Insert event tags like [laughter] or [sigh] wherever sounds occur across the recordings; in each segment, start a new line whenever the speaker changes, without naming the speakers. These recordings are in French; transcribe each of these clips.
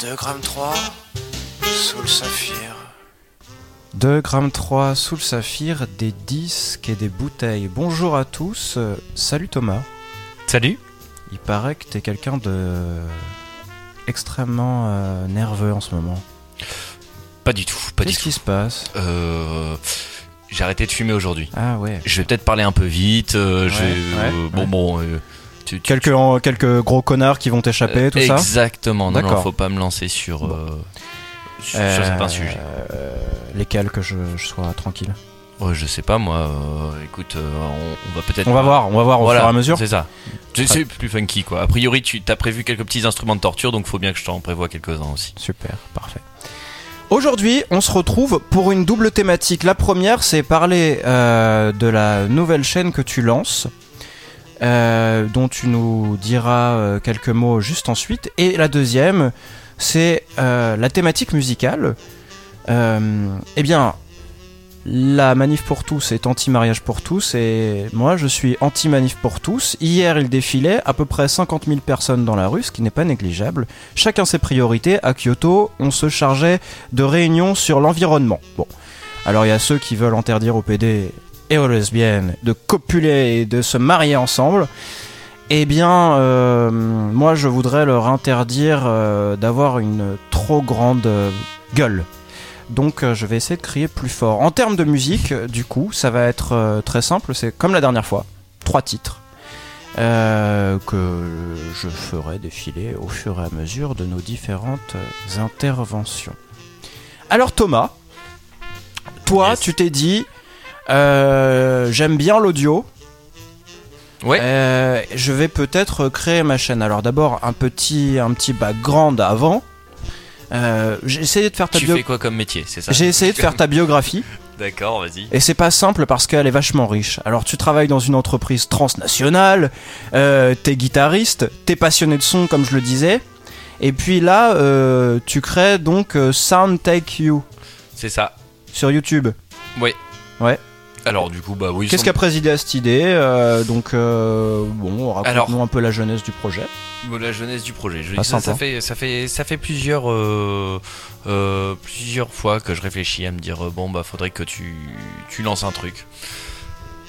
2 grammes 3 sous le saphir. 2 grammes 3 sous le saphir, des disques et des bouteilles. Bonjour à tous, euh, salut Thomas.
Salut
Il paraît que t'es quelqu'un de extrêmement euh, nerveux en ce moment.
Pas du tout, pas du
Qu'est-ce
tout.
qui se passe
Euh, j'ai arrêté de fumer aujourd'hui.
Ah ouais.
Je vais peut-être parler un peu vite. euh, je vais-
ouais,
euh, bon,
ouais.
bon. euh, tu- tu-
Quelques, en- quelques gros connards qui vont
Euh,
t'échapper, tout ça
Exactement, non, non,
D'accord.
faut pas me lancer sur.
Bon.
euh, sur sur
Euh,
certains sujets.
euh, lesquels que je, je sois tranquille.
Ouais, je sais pas, moi. euh, écoute, euh, on, on va peut-être.
On va voir, on va voir au
Voilà,
fur et à mesure.
C'est ça. C'est- C'est plus funky, quoi. A priori, tu t'as prévu quelques petits instruments de torture, donc faut bien que je t'en prévoie quelques-uns aussi.
Super, parfait. Aujourd'hui, on se retrouve pour une double thématique. La première, c'est parler euh, de la nouvelle chaîne que tu lances, euh, dont tu nous diras euh, quelques mots juste ensuite. Et la deuxième, c'est euh, la thématique musicale. Euh, eh bien, la manif pour tous est anti-mariage pour tous, et moi, je suis anti-manif pour tous. Hier, il défilait à peu près 50 000 personnes dans la rue, ce qui n'est pas négligeable chacun ses priorités. À Kyoto, on se chargeait de réunions sur l'environnement. Bon, alors il y a ceux qui veulent interdire aux PD et aux lesbiennes de copuler et de se marier ensemble. Eh bien, euh, moi je voudrais leur interdire euh, d'avoir une trop grande euh, gueule. Donc euh, je vais essayer de crier plus fort. En termes de musique, euh, du coup, ça va être euh, très simple, c'est comme la dernière fois, trois titres euh, que je ferai défiler au fur et à mesure de nos différentes euh, interventions. Alors Thomas, toi
Yes.
tu t'es dit, euh, j'aime bien l'audio,
Ouais.
euh, je vais peut-être créer ma chaîne. Alors d'abord un petit, un petit background avant. Euh, j'ai essayé de faire ta
Tu
bio-
fais quoi comme métier, c'est ça
j'ai essayé de faire ta biographie
D'accord, vas-y.
et c'est pas simple parce qu'elle est vachement riche. Alors tu travailles dans une entreprise transnationale, euh, t'es guitariste, t'es passionné de son comme je le disais, et puis là euh, tu crées donc euh, Sound Take You
C'est ça.
sur YouTube.
Alors, du coup, bah oui.
Qu'est-ce
sans-
qui a présidé à cette idée Euh, Donc euh, bon, raconte-nous un peu la jeunesse du projet.
Bon, La jeunesse du projet. Je-
Pas
ça,
simple,
ça
hein.
fait, ça, fait, ça fait plusieurs, euh, euh, plusieurs fois que je réfléchis à me dire euh, bon, bah faudrait que tu, tu lances un truc.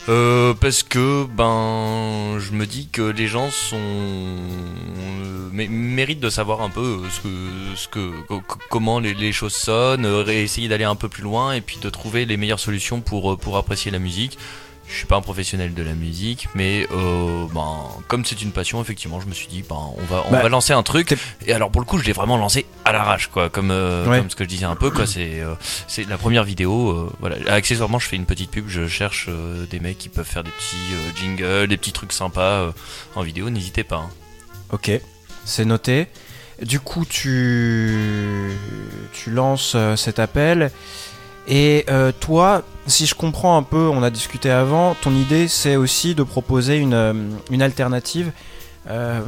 Euh, parce que ben je me dis que les gens sont euh, mé- méritent de savoir un peu euh, ce que ce que co- co- comment les, les choses sonnent, euh, essayer d'aller un peu plus loin et puis de trouver les meilleures solutions pour euh, pour apprécier la musique. Je suis pas un professionnel de la musique, mais euh, ben, comme c'est une passion, effectivement, je me suis dit, ben, on va, on
Bah,
va lancer un truc.
t'es-
Et alors, pour le coup, je l'ai vraiment lancé à l'arrache, quoi, comme, euh,
Ouais.
comme ce que je disais un peu, quoi. C'est, euh, c'est la première vidéo. euh, voilà. Accessoirement, je fais une petite pub. Je cherche euh, des mecs qui peuvent faire des petits euh, jingles, des petits trucs sympas euh, en vidéo. N'hésitez pas. hein.
Ok, c'est noté. Du coup, tu, tu lances euh, cet appel. Et euh, toi, si je comprends un peu, on a discuté avant, ton idée c'est aussi de proposer une, euh, une alternative euh,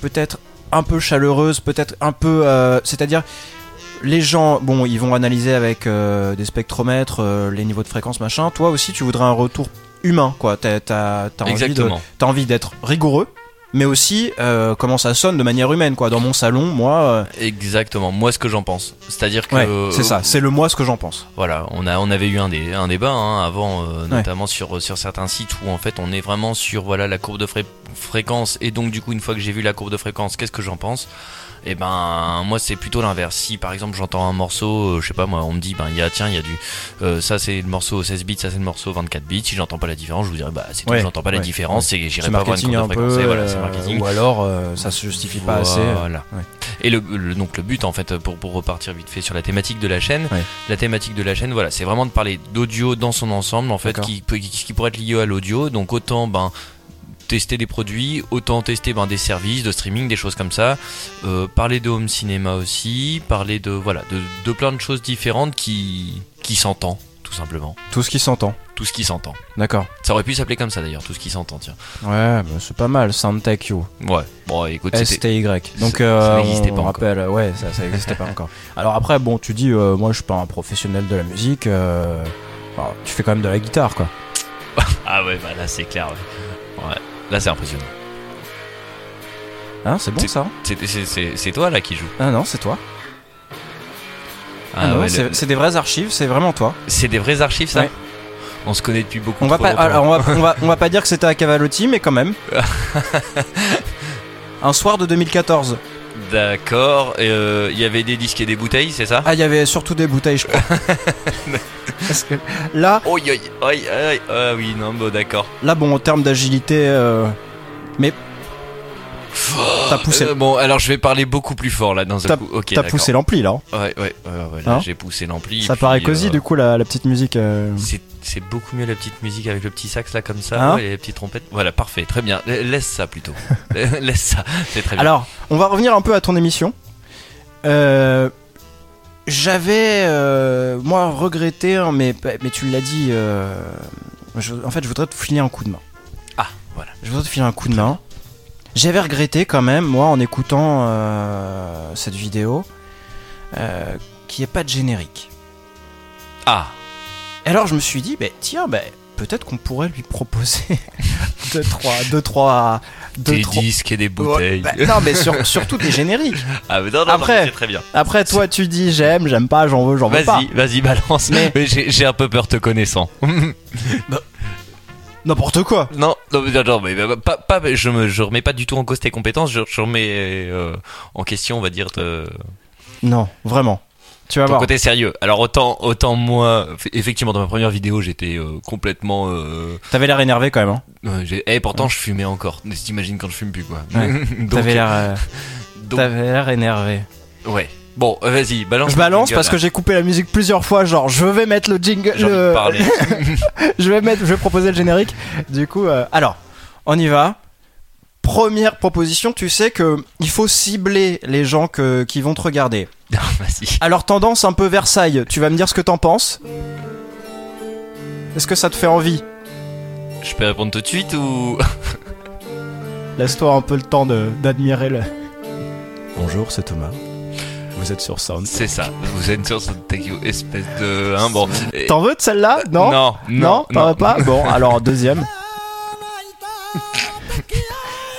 peut-être un peu chaleureuse, peut-être un peu... euh, C'est-à-dire, les gens, bon, ils vont analyser avec euh, des spectromètres euh, les niveaux de fréquence, machin. Toi aussi, tu voudrais un retour humain, quoi. T'as t'as- t'as envie de,
Exactement.
t'as envie d'être rigoureux, mais aussi euh, comment ça sonne de manière humaine, quoi. Dans mon salon, moi, euh,
Exactement. Moi, ce que j'en pense. C'est-à-dire que.
ouais,
euh,
c'est ça, c'est le moi ce que j'en pense.
Voilà, on, a, on avait eu un, dé- un débat hein, avant, euh,
Ouais.
notamment sur, sur certains sites où en fait on est vraiment sur voilà, la courbe de fré- fréquence. Et donc, du coup, une fois que j'ai vu la courbe de fréquence, qu'est-ce que j'en pense Eh ben, moi c'est plutôt l'inverse. Si par exemple j'entends un morceau, euh, je sais pas moi, on me dit, ben il y a, tiens, il y a du. euh, ça c'est le morceau 16 bits, ça c'est le morceau 24 bits. Si j'entends pas la différence, je vous dirais, bah c'est tout,
Ouais,
j'entends pas la
ouais,
différence et j'irai
C'est
pas voir une
marketing
courbe
un
de fréquence.
peu,
Et voilà, c'est
euh,
marketing.
ou alors euh, ça se justifie pas assez. euh.
Voilà.
Ouais.
Et le, le- donc le but en fait pour, pour repartir vite fait sur la thématique de la chaîne,
Ouais.
la thématique de la chaîne voilà c'est vraiment de parler d'audio dans son ensemble en fait
D'accord.
qui, peut- qui, qui pourrait être lié à l'audio donc autant ben tester des produits, autant tester ben, des services de streaming, des choses comme ça, Euh, parler de home cinéma aussi, parler de voilà de, de plein de choses différentes qui qui s'entend tout simplement,
Tout ce qui s'entend.
tout ce qui s'entend.
D'accord.
Ça aurait pu s'appeler comme ça d'ailleurs, tout ce qui s'entend tiens.
Ouais, bah, c'est pas mal. Soundtech You.
Ouais. Bon écoute c'était
STY. Donc,
Ça-
euh,
ça n'existait
on
pas encore.
rappelle, ouais, ça, ça n'existait pas encore. Alors après, bon, tu dis, euh, moi, je suis pas un professionnel de la musique. euh, enfin, tu fais quand même de la guitare, quoi.
ah ouais bah là c'est clair ouais. ouais. Là c'est impressionnant.
Hein, c'est bon ça
C'est- c'est- C'est c'est toi là qui joue.
Ah non, c'est toi. Ah,
Ah
non,
ouais,
c'est
le-
c'est des vraies archives, c'est vraiment toi.
c'est des vraies archives ça
Ouais.
On se connaît depuis beaucoup
On va
trop
pas,
longtemps.
alors, on va, on va, on va pas dire que c'était à Cavalotti, mais quand
[laughs]
même. Un soir de 2014.
D'accord, et, euh, il y avait des disques et des bouteilles, c'est ça
Ah, il y avait surtout des bouteilles, je
[laughs]
crois. Parce que là,
Oi, oi, oi, oi, Ah oui, non, bon, d'accord.
là, bon, en termes d'agilité, euh, mais t'as poussé,
Euh, bon, alors je vais parler beaucoup plus fort là dans un
T'as-
coup. Ok,
t'as
d'accord.
poussé l'ampli là.
Ouais, ouais, ouais, ouais, là,
Hein
j'ai poussé l'ampli.
ça
puis,
paraît cosy
euh,
du coup la, la petite musique. euh.
C'est c'est beaucoup mieux la petite musique avec le petit sax là comme ça
Hein
ouais, et les petites trompettes. Voilà, parfait, très bien. La- Laisse
[laughs]
ça plutôt. Laisse ça, c'est très bien.
Alors, on va revenir un peu à ton émission. Euh, J'avais, euh, moi, regretté, hein, mais, mais tu l'as dit. euh, je- en fait, je voudrais te filer un coup de main.
Ah, voilà.
Je voudrais te filer un coup de main. J'avais regretté quand même, moi, en écoutant euh, cette vidéo, euh, qu'il n'y ait pas de générique.
Ah,
Et alors, je me suis dit, bah, tiens, bah, peut-être qu'on pourrait lui proposer [laughs] 2 trois, deux, trois, deux,
des
trois-
disques et des bouteilles.
Bah, non, mais sur- surtout des génériques.
Ah, mais non, non, non,
Après-
mais c'est très bien.
Après, toi, tu dis j'aime, j'aime pas, j'en veux, j'en veux pas.
Vas-y, vas-y, balance.
Mais-
Mais j'ai j'ai un peu peur te connaissant.
N'importe quoi.
[laughs] Non, non, mais, non, non, mais, mais, pas, pas- je me je remets pas du tout en cause tes compétences, je, je remets euh, en question, on va dire, te-
Non, vraiment. Tu vas
ton
voir.
côté sérieux. Alors autant, autant moi, eff- effectivement, dans ma première vidéo, j'étais euh, complètement. euh,
T'avais l'air énervé quand même. Hein.
euh, j'ai- eh, pourtant, je fumais encore. Mais T'imagines quand je fume plus, quoi.
Ouais.
[laughs] donc,
T'avais l'air, euh,
donc,
t'avais l'air énervé.
ouais. Bon, euh, vas-y, balance.
Je
le
balance
jingle,
parce
là.
que j'ai coupé la musique plusieurs fois. Genre, je vais mettre le jingle.
j'ai envie de
le-
[laughs] parler.
[laughs] je vais mettre, je vais proposer le générique. Du coup, euh, alors, on y va. Première proposition, tu sais que il faut cibler les gens que, qui vont te regarder.
Non, vas-y.
Alors tendance un peu Versailles, tu vas me dire ce que t'en penses Est-ce que ça te fait envie
Je peux répondre tout de suite ou. [laughs]
Laisse-toi un peu le temps de- d'admirer le. Bonjour, c'est Thomas. Vous êtes sur Sound.
C'est ça. Vous êtes sur ce thank you, espèce de. Hein, bon. Eh,
T'en veux de celle-là Non
non, non,
t'en veux pas Bon, alors deuxième.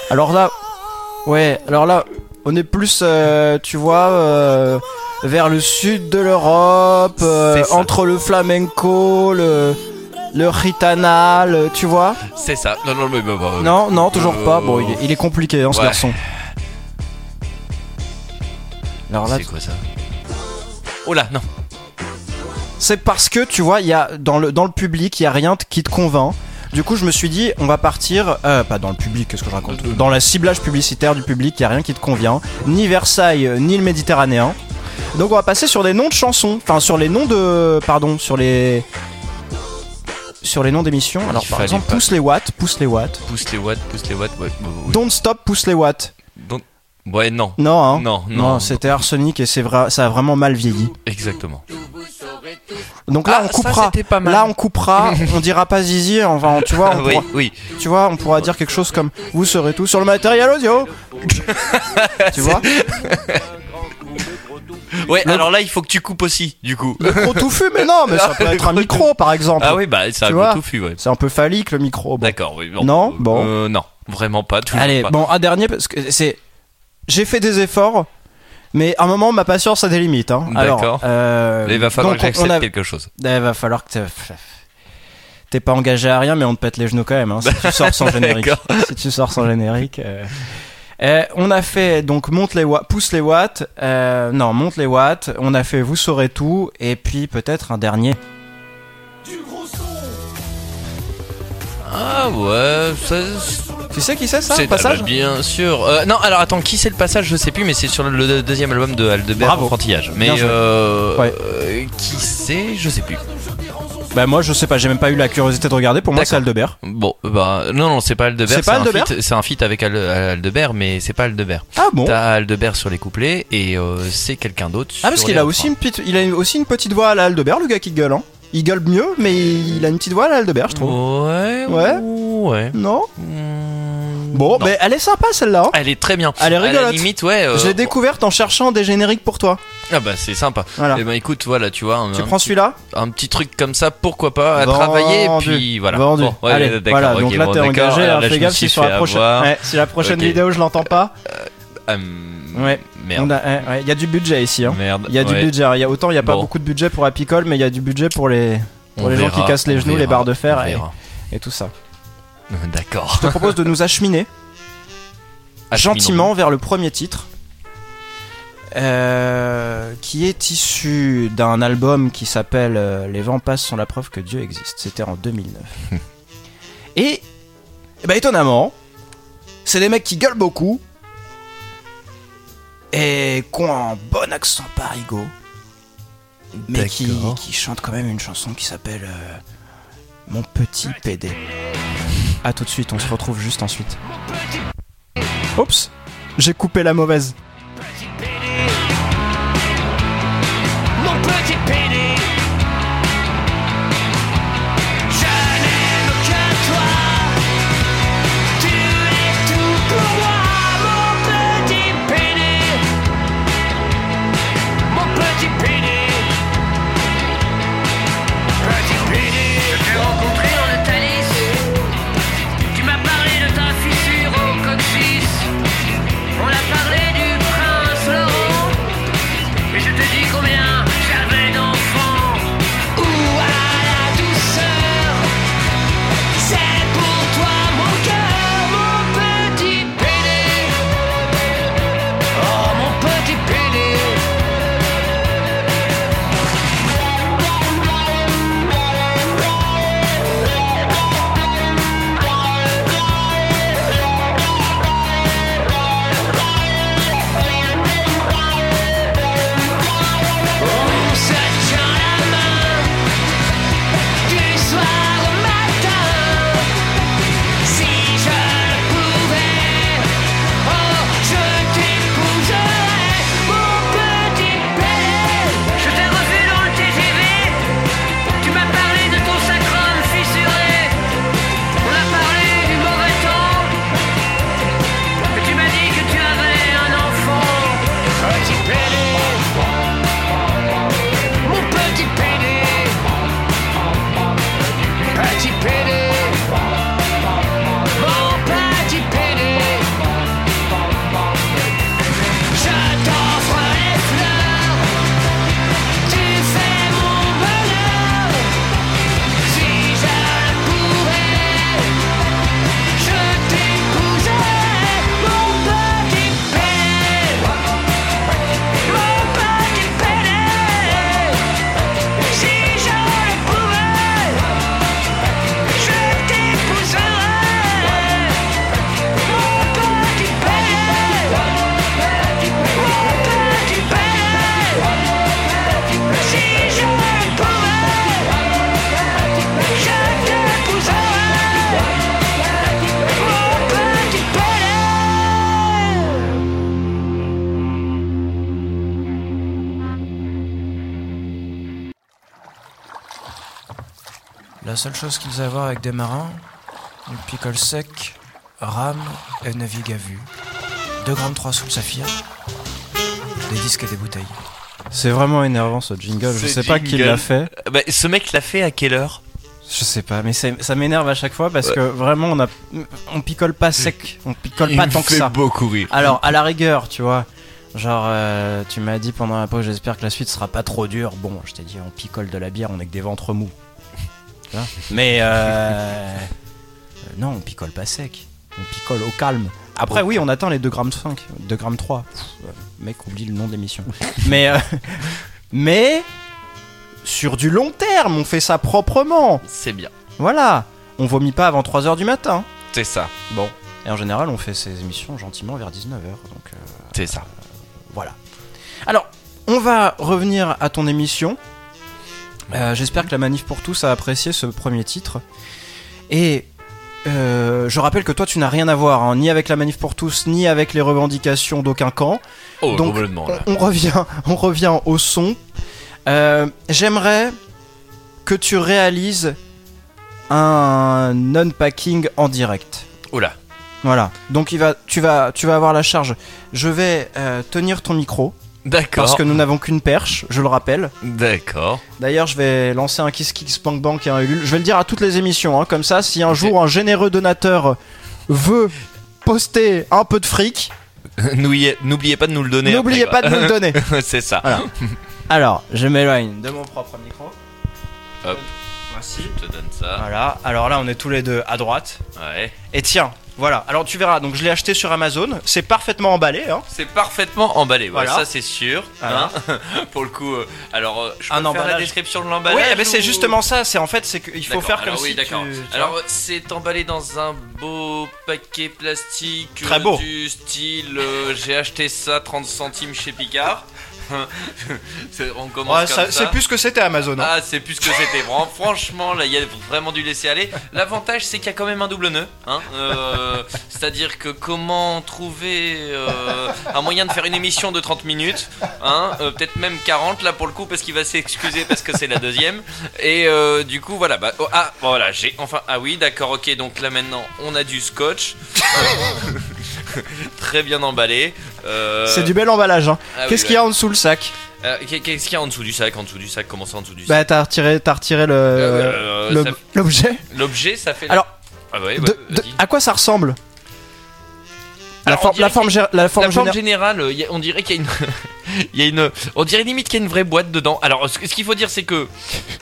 alors là, ouais, alors là, on est plus, euh, tu vois, euh, vers le sud de l'Europe, euh,
C'est ça.
entre le flamenco, le le ritana, le- tu vois
C'est ça. Non, non, mais bah, bah, euh,
Non, non, toujours
euh,
pas. Bon, il est, il est compliqué, hein, ce
Ouais.
garçon. Alors là,
C'est quoi ça Oh là, non.
c'est parce que tu vois, il y a dans le dans le public, il y a rien t- qui te convainc. Du coup, je me suis dit, on va partir, euh, pas dans le public, qu'est-ce que je raconte Dans la ciblage publicitaire du public, il y a rien qui te convient, ni Versailles, euh, ni le Méditerranéen. Donc, on va passer sur des noms de chansons, enfin sur les noms de, pardon, sur les sur les noms d'émissions. Alors, par
fallait
exemple,
pas.
pousse les watts, pousse les watts.
Pousse les watts, pousse les watts. Ouais, bah, oui.
Don't stop, pousse les watts.
Donc- ouais, non.
Non, hein.
Non, non.
Non, c'était Arsenic et c'est vrai, ça a vraiment mal vieilli.
Exactement.
Donc là,
Ah,
on
ça,
coupera.
c'était pas mal.
Là, on
[laughs]
coupera. on dira pas zizi. Enfin, tu vois, on
Ah, oui,
pourra,
oui.
tu vois, on pourra dire quelque chose comme vous serez tout sur le matériel
[laughs]
audio. tu vois,
Ouais, alors là, il faut que tu coupes aussi, du coup.
le gros touffu. Mais non, mais ça
[laughs]
peut être un micro, par exemple.
Ah oui, bah,
Tu
c'est un
vois
gros touffu, ouais.
C'est un peu phallique le micro. Bon.
D'accord, oui. Bon.
Non, bon.
Euh, non, vraiment pas. Toujours
Allez,
pas.
bon, un dernier parce que c'est. J'ai fait des efforts, mais à un moment, ma patience a des limites. Hein. Alors,
D'accord.
euh,
Il va falloir
donc,
que j'accepte
on a-
quelque chose.
Eh, va falloir que t'es- t'es pas engagé à rien, mais on te pète les genoux quand même. hein, si tu sors [laughs] sans générique.
D'accord.
si tu sors sans générique. euh. Euh, on a fait donc monte les watts, pousse les watts. euh, non, monte les watts. On a fait vous saurez tout et puis peut-être un dernier.
Ah ouais, ça,
Tu sais qui c'est ça
C'est
au passage
ah bah, Bien sûr. Euh, non, alors attends, qui c'est le passage Je sais plus, mais c'est sur le, le deuxième album de Aldebert
Bravo.
en Frantillage. Mais
Bien joué.
euh,
Ouais.
euh, qui c'est Je sais plus.
Bah moi je sais pas, j'ai même pas eu la curiosité de regarder. Pour moi c'est
D'accord.
Aldebert.
Bon, bah non, non, c'est pas Aldebert.
C'est pas
un
Aldebert
feat- C'est un feat avec Al- Aldebert, mais c'est pas Aldebert.
Ah bon
T'as Aldebert sur les couplets et euh, c'est quelqu'un d'autre.
Ah parce
sur
qu'il
les
a aussi
refrains.
une petite, il a une- aussi une petite voix à la Aldebert, le gars qui gueule. Hein. Il gueule mieux, mais il a une petite voix à la Aldebert, je trouve.
Ouais.
Ouais.
Ouais.
Non
Mmh,
Bon,
non.
mais elle est sympa celle-là. hein.
Elle est très bien.
Elle est
À la
rigolote.
limite, ouais. euh,
Je l'ai découverte en cherchant des génériques pour toi.
Ah bah c'est sympa.
Voilà.
Et ben euh, écoute, voilà, tu vois, un,
Tu
un
prends celui-là
un petit truc comme ça, pourquoi pas, à
Vendu.
travailler, et puis voilà.
Vendu.
Bon, ouais,
Allez,
d'accord,
voilà,
ok,
donc là
bon,
t'es
d'accord,
engagé,
alors
alors
là,
fais
je me
gaffe
suis
si sur la
fait
prochaine,
avoir.
ouais, si la prochaine
Ok.
vidéo je l'entends pas,
Ah, m-
Ouais.
Merde.
On a- ouais, ouais, il y a du budget ici. hein.
Merde.
Il y a du
ouais,
budget. Il y a, autant il n'y a pas
Bon.
beaucoup de budget pour Apicole, mais il y a du budget pour les, pour
on
les gens
verra,
qui cassent les
on
genoux, les
verra,
barres de
on
fer et,
verra. [laughs]
et tout ça.
D'accord.
Je te propose de nous acheminer
Ah,
gentiment vers le premier titre. euh, qui est issu d'un album qui s'appelle euh, Les vents passent sont la preuve que Dieu existe. C'était en 2009. Et, eh ben, étonnamment, c'est des mecs qui gueulent beaucoup et qui ont un bon accent parigot, mais qui,
D'accord.
qui chantent quand même une chanson qui s'appelle euh, Mon petit PD. A tout de suite, on se retrouve juste ensuite. Oups, j'ai coupé la mauvaise.
Mon petit pédé Je n'aime que toi Tu es tout pour moi Mon petit pédé Mon petit pédé Petit pédé Je t'ai rencontré dans le Thalys Tu m'as parlé de ta fissure au coccyx On a parlé du prince Laurent et je te dis combien j'avais d'enfants Où à la douceur C'est pour toi mon cœur Mon petit pédé Oh mon petit pédé On se tient la main Du soir au matin Si je le pouvais Oh je t'épouserais Mon petit père Je t'ai revu dans le TGV Tu m'as parlé de ton sacrum fissuré On a parlé du mauvais temps Et tu m'as dit que tu avais un enfant Petit père mon petit pédé Petit pédé Mon petit pédé Je t'offre les fleurs Tu fais mon bonheur Si je le pouvais Je t'épouserais Mon petit pédé mon petit pédé, si je le pouvais, je t'épouserais. Mon petit pédé, mon petit pédé, si je le pouvais, je t'épouserais. Mon petit pédé.
La seule chose qu'ils aient à voir avec des marins, ils picolent sec, rament et naviguent à vue. 2 grammes 3 sous le saphir, des disques et des bouteilles. C'est vraiment énervant ce jingle, je
Ce
sais pas qui
jingle.
l'a fait,
Bah, ce mec l'a fait à quelle heure
je sais pas, mais c'est- ça m'énerve à chaque fois parce que vraiment on, a, on picole pas sec, on picole pas tant que ça.
beaucoup rire.
Alors, à la rigueur, tu vois. Genre, euh, tu m'as dit pendant la pause, j'espère que la suite sera pas trop dure. Bon, je t'ai dit, on picole de la bière, on est que des ventres mous. Tu vois Mais euh, euh, non, on picole pas sec. On picole au calme. Après, oui, on atteint les 2 grammes 5, 2 grammes 3. Pff, euh, mec, oublie le nom de l'émission. Mais, euh, mais sur du long terme, on fait ça proprement.
C'est bien.
Voilà, on vomit pas avant 3 heures du matin.
C'est ça.
Bon, et en général, on fait ces émissions gentiment vers 19h. Donc, euh,
C'est ça.
voilà. Alors, on va revenir à ton émission. Euh, J'espère que la manif pour tous a apprécié ce premier titre. Et euh, je rappelle que toi, tu n'as rien à voir, hein, ni avec la manif pour tous, ni avec les revendications d'aucun camp.
Oh,
Donc,
complètement là.
On, on revient, [laughs] on revient au son. Euh, J'aimerais que tu réalises un unpacking en direct.
Oh là.
Voilà. Donc il va, tu vas, tu vas avoir la charge. Je vais euh, tenir ton micro. Parce
D'accord.
que nous n'avons qu'une perche, je le rappelle.
D'accord. [laughs]
D'ailleurs, je vais lancer un Kiss Kiss Bank Bank et un Ulule. Je vais le dire à toutes les émissions, hein, comme ça, si un jour un généreux donateur veut poster un peu de fric,
N'oubliez n'oubliez pas de nous le donner.
N'oubliez
après,
pas de
quoi.
nous le
[laughs]
donner.
C'est ça.
Voilà. Alors, je m'éloigne de mon propre micro.
Hop.
Merci.
Je te donne ça.
Voilà. Alors là, on est tous les deux à droite.
Ouais.
Et tiens, voilà. Alors tu verras. Donc je l'ai acheté sur Amazon. C'est parfaitement emballé. Hein.
C'est parfaitement emballé, ouais,
Voilà.
ça c'est sûr.
Voilà.
hein. [laughs] Pour le coup, euh, alors euh, je peux
Un
faire la
emballage.
description de
Oui,
l'emballage.
mais eh ben, c'est
ou-
justement ça. C'est en fait, c'est qu'il faut
D'accord,
faire comme
alors oui,
si.
d'accord.
tu- tu
Alors
vois.
euh, c'est emballé dans un beau paquet plastique euh,
Très beau.
du style euh, j'ai acheté ça 30 centimes chez Picard. [laughs] C'est- on commence
Ouais,
comme
ça-
ça.
c'est plus que c'était Amazon. hein.
Ah, c'est plus ce que c'était. Vraiment, franchement, là, il y a vraiment dû laisser aller. L'avantage, c'est qu'il y a quand même un double nœud. hein. Euh, C'est-à-dire que comment trouver euh, un moyen de faire une émission de 30 minutes, hein, euh, peut-être même 40 là pour le coup, parce qu'il va s'excuser parce que c'est la deuxième. Et euh, du coup, voilà. Bah, oh, ah, voilà, j'ai enfin. Ah oui, d'accord, ok. Donc là maintenant, on a du scotch. Euh, Très bien emballé. Euh,
C'est du bel emballage. hein.
ah oui,
Qu'est-ce qu'il y a en dessous le sac
euh, qu'est- Qu'est-ce qu'il y a en dessous du sac En dessous du sac, comment ça en dessous du sac
Bah t'as retiré, t'as retiré le
Euh,
le-
ça-
l'objet.
L'objet, ça fait.
Alors,
Ah ouais, ouais,
De- de-
vas-y.
à quoi ça ressemble la,
Alors, on
forme- la
dirait
forme, gé- la forme
La forme
générale.
générale, euh, y a- on dirait qu'il y a une. [laughs] Il y a une, on dirait limite qu'il y a une vraie boîte dedans. Alors, ce ce qu'il faut dire, c'est que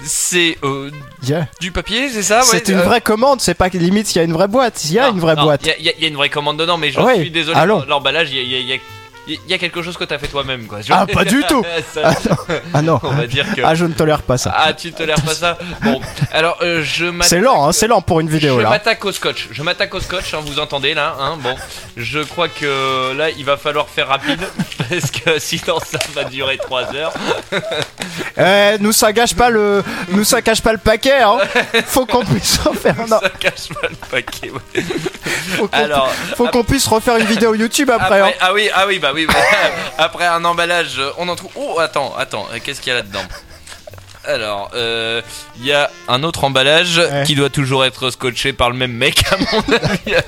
c'est euh,
Yeah.
du papier, c'est ça ouais,
c'est une
euh,
vraie commande, c'est pas que limite il y a une vraie boîte. Il y a
non,
une vraie
non,
boîte. Ah
Il y a- il y, a- il y a une vraie commande dedans, mais je
Ouais,
suis désolé.
allons.
pour L'emballage, il y a, il y a- il y a- il y a quelque chose que t'as fait toi-même, quoi. Je-
Ah, pas du tout.
[laughs] Ça,
Ah non,
On va dire que.
ah je ne tolère pas ça.
Ah, tu te l'air pas ça. Bon, alors euh, je m'attends.
c'est lent, hein, c'est lent pour une vidéo
je
là.
m'attaque au scotch. Je m'attaque au scotch, hein, vous entendez là. Hein, bon, je crois que là, il va falloir faire rapide [laughs] parce que sinon, ça va durer 3 heures.
Eh, nous ça gâche pas
[laughs]
le, nous ça cache pas le paquet. Hein. Faut qu'on puisse refaire, non,
Ça cache pas le paquet. ouais.
faut qu'on,
Alors.
faut qu'on puisse refaire une vidéo YouTube après.
Après,
hein.
ah oui, ah oui, bah oui. [laughs] bah, après un emballage, euh, on en trouve. Oh, attends, attends, euh, qu'est-ce qu'il y a là-dedans Alors, euh, il y a un autre emballage
Ouais.
qui doit toujours être scotché par le même mec, à mon avis.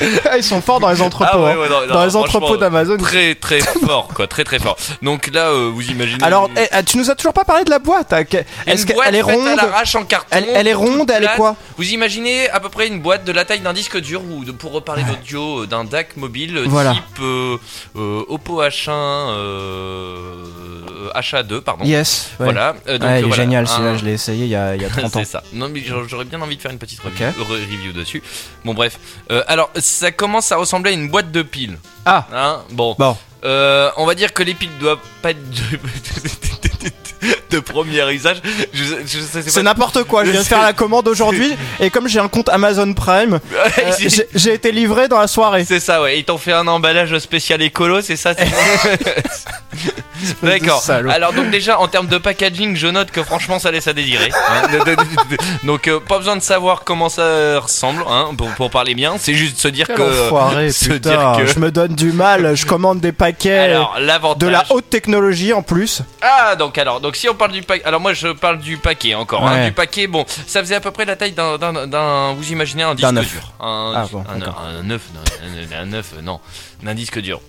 Eh, Ils sont forts dans les entrepôts,
Ah ouais,
hein.
ouais, non, non,
dans les
franchement,
entrepôts d'Amazon.
Très, très fort, quoi, très, très fort. Donc là, euh, vous imaginez.
Alors,
une-
eh, ah, tu nous as toujours pas parlé de la boîte. hein. Que-
Une
Est-ce
boîte
qu'elle est
faite à
ronde
l'arrache en carton.
Elle- elle est
toute
ronde, elle est
plate.
quoi
Vous imaginez à peu près une boîte de la taille d'un disque dur ou de, pour reparler d'audio euh, d'un DAC mobile euh,
Voilà.
type euh, euh, Oppo H1 euh, H2 pardon.
Yes. ouais.
Voilà. euh, donc,
Ouais, il
euh,
est
voilà,
génial,
un-
celui-là, je l'ai essayé il y a, il y a 30 ans.
[laughs] c'est ça. Non mais j'a- j'aurais bien envie de faire une petite review,
Ok.
re- review dessus. Bon bref. Euh, alors ça commence à ressembler à une boîte de piles.
Ah.
Hein bon.
Bon.
Euh, on va dire que les piles doivent pas être [laughs] de, de premier usage. Je, je sais
C'est
pas- [laughs]
n'importe quoi, je viens de faire la commande aujourd'hui et comme j'ai un compte Amazon Prime, euh,
J'ai-
j'ai- j'ai été livré dans la soirée.
C'est ça, ouais. Ils t'ont fait un emballage spécial écolo, c'est ça
[laughs]
c'est- D'accord.
salaud.
Alors, donc, déjà, en termes de packaging, je note que franchement, ça laisse
[laughs]
à désirer. hein. De- de- de- de- [laughs] donc, euh, pas besoin de savoir comment ça ressemble, hein, pour, pour parler bien. C'est juste se dire
Quel
que.
enfoiré,
[laughs] se
putain,
dire que-
je me donne du mal,
[laughs]
je commande des paquets
Alors, l'avantage.
de la haute technologie en plus.
Ah, donc, alors, donc, si on parle du paquet. Alors, moi, je parle du paquet encore. hein.
Ouais.
du paquet, bon, ça faisait à peu près la taille d'un. d'un- d'un- vous imaginez un disque
D'un œuf.
dur. Un,
Ah, bon,
un,
d'accord.
un œuf, non, un- un œuf, non. D'un disque dur.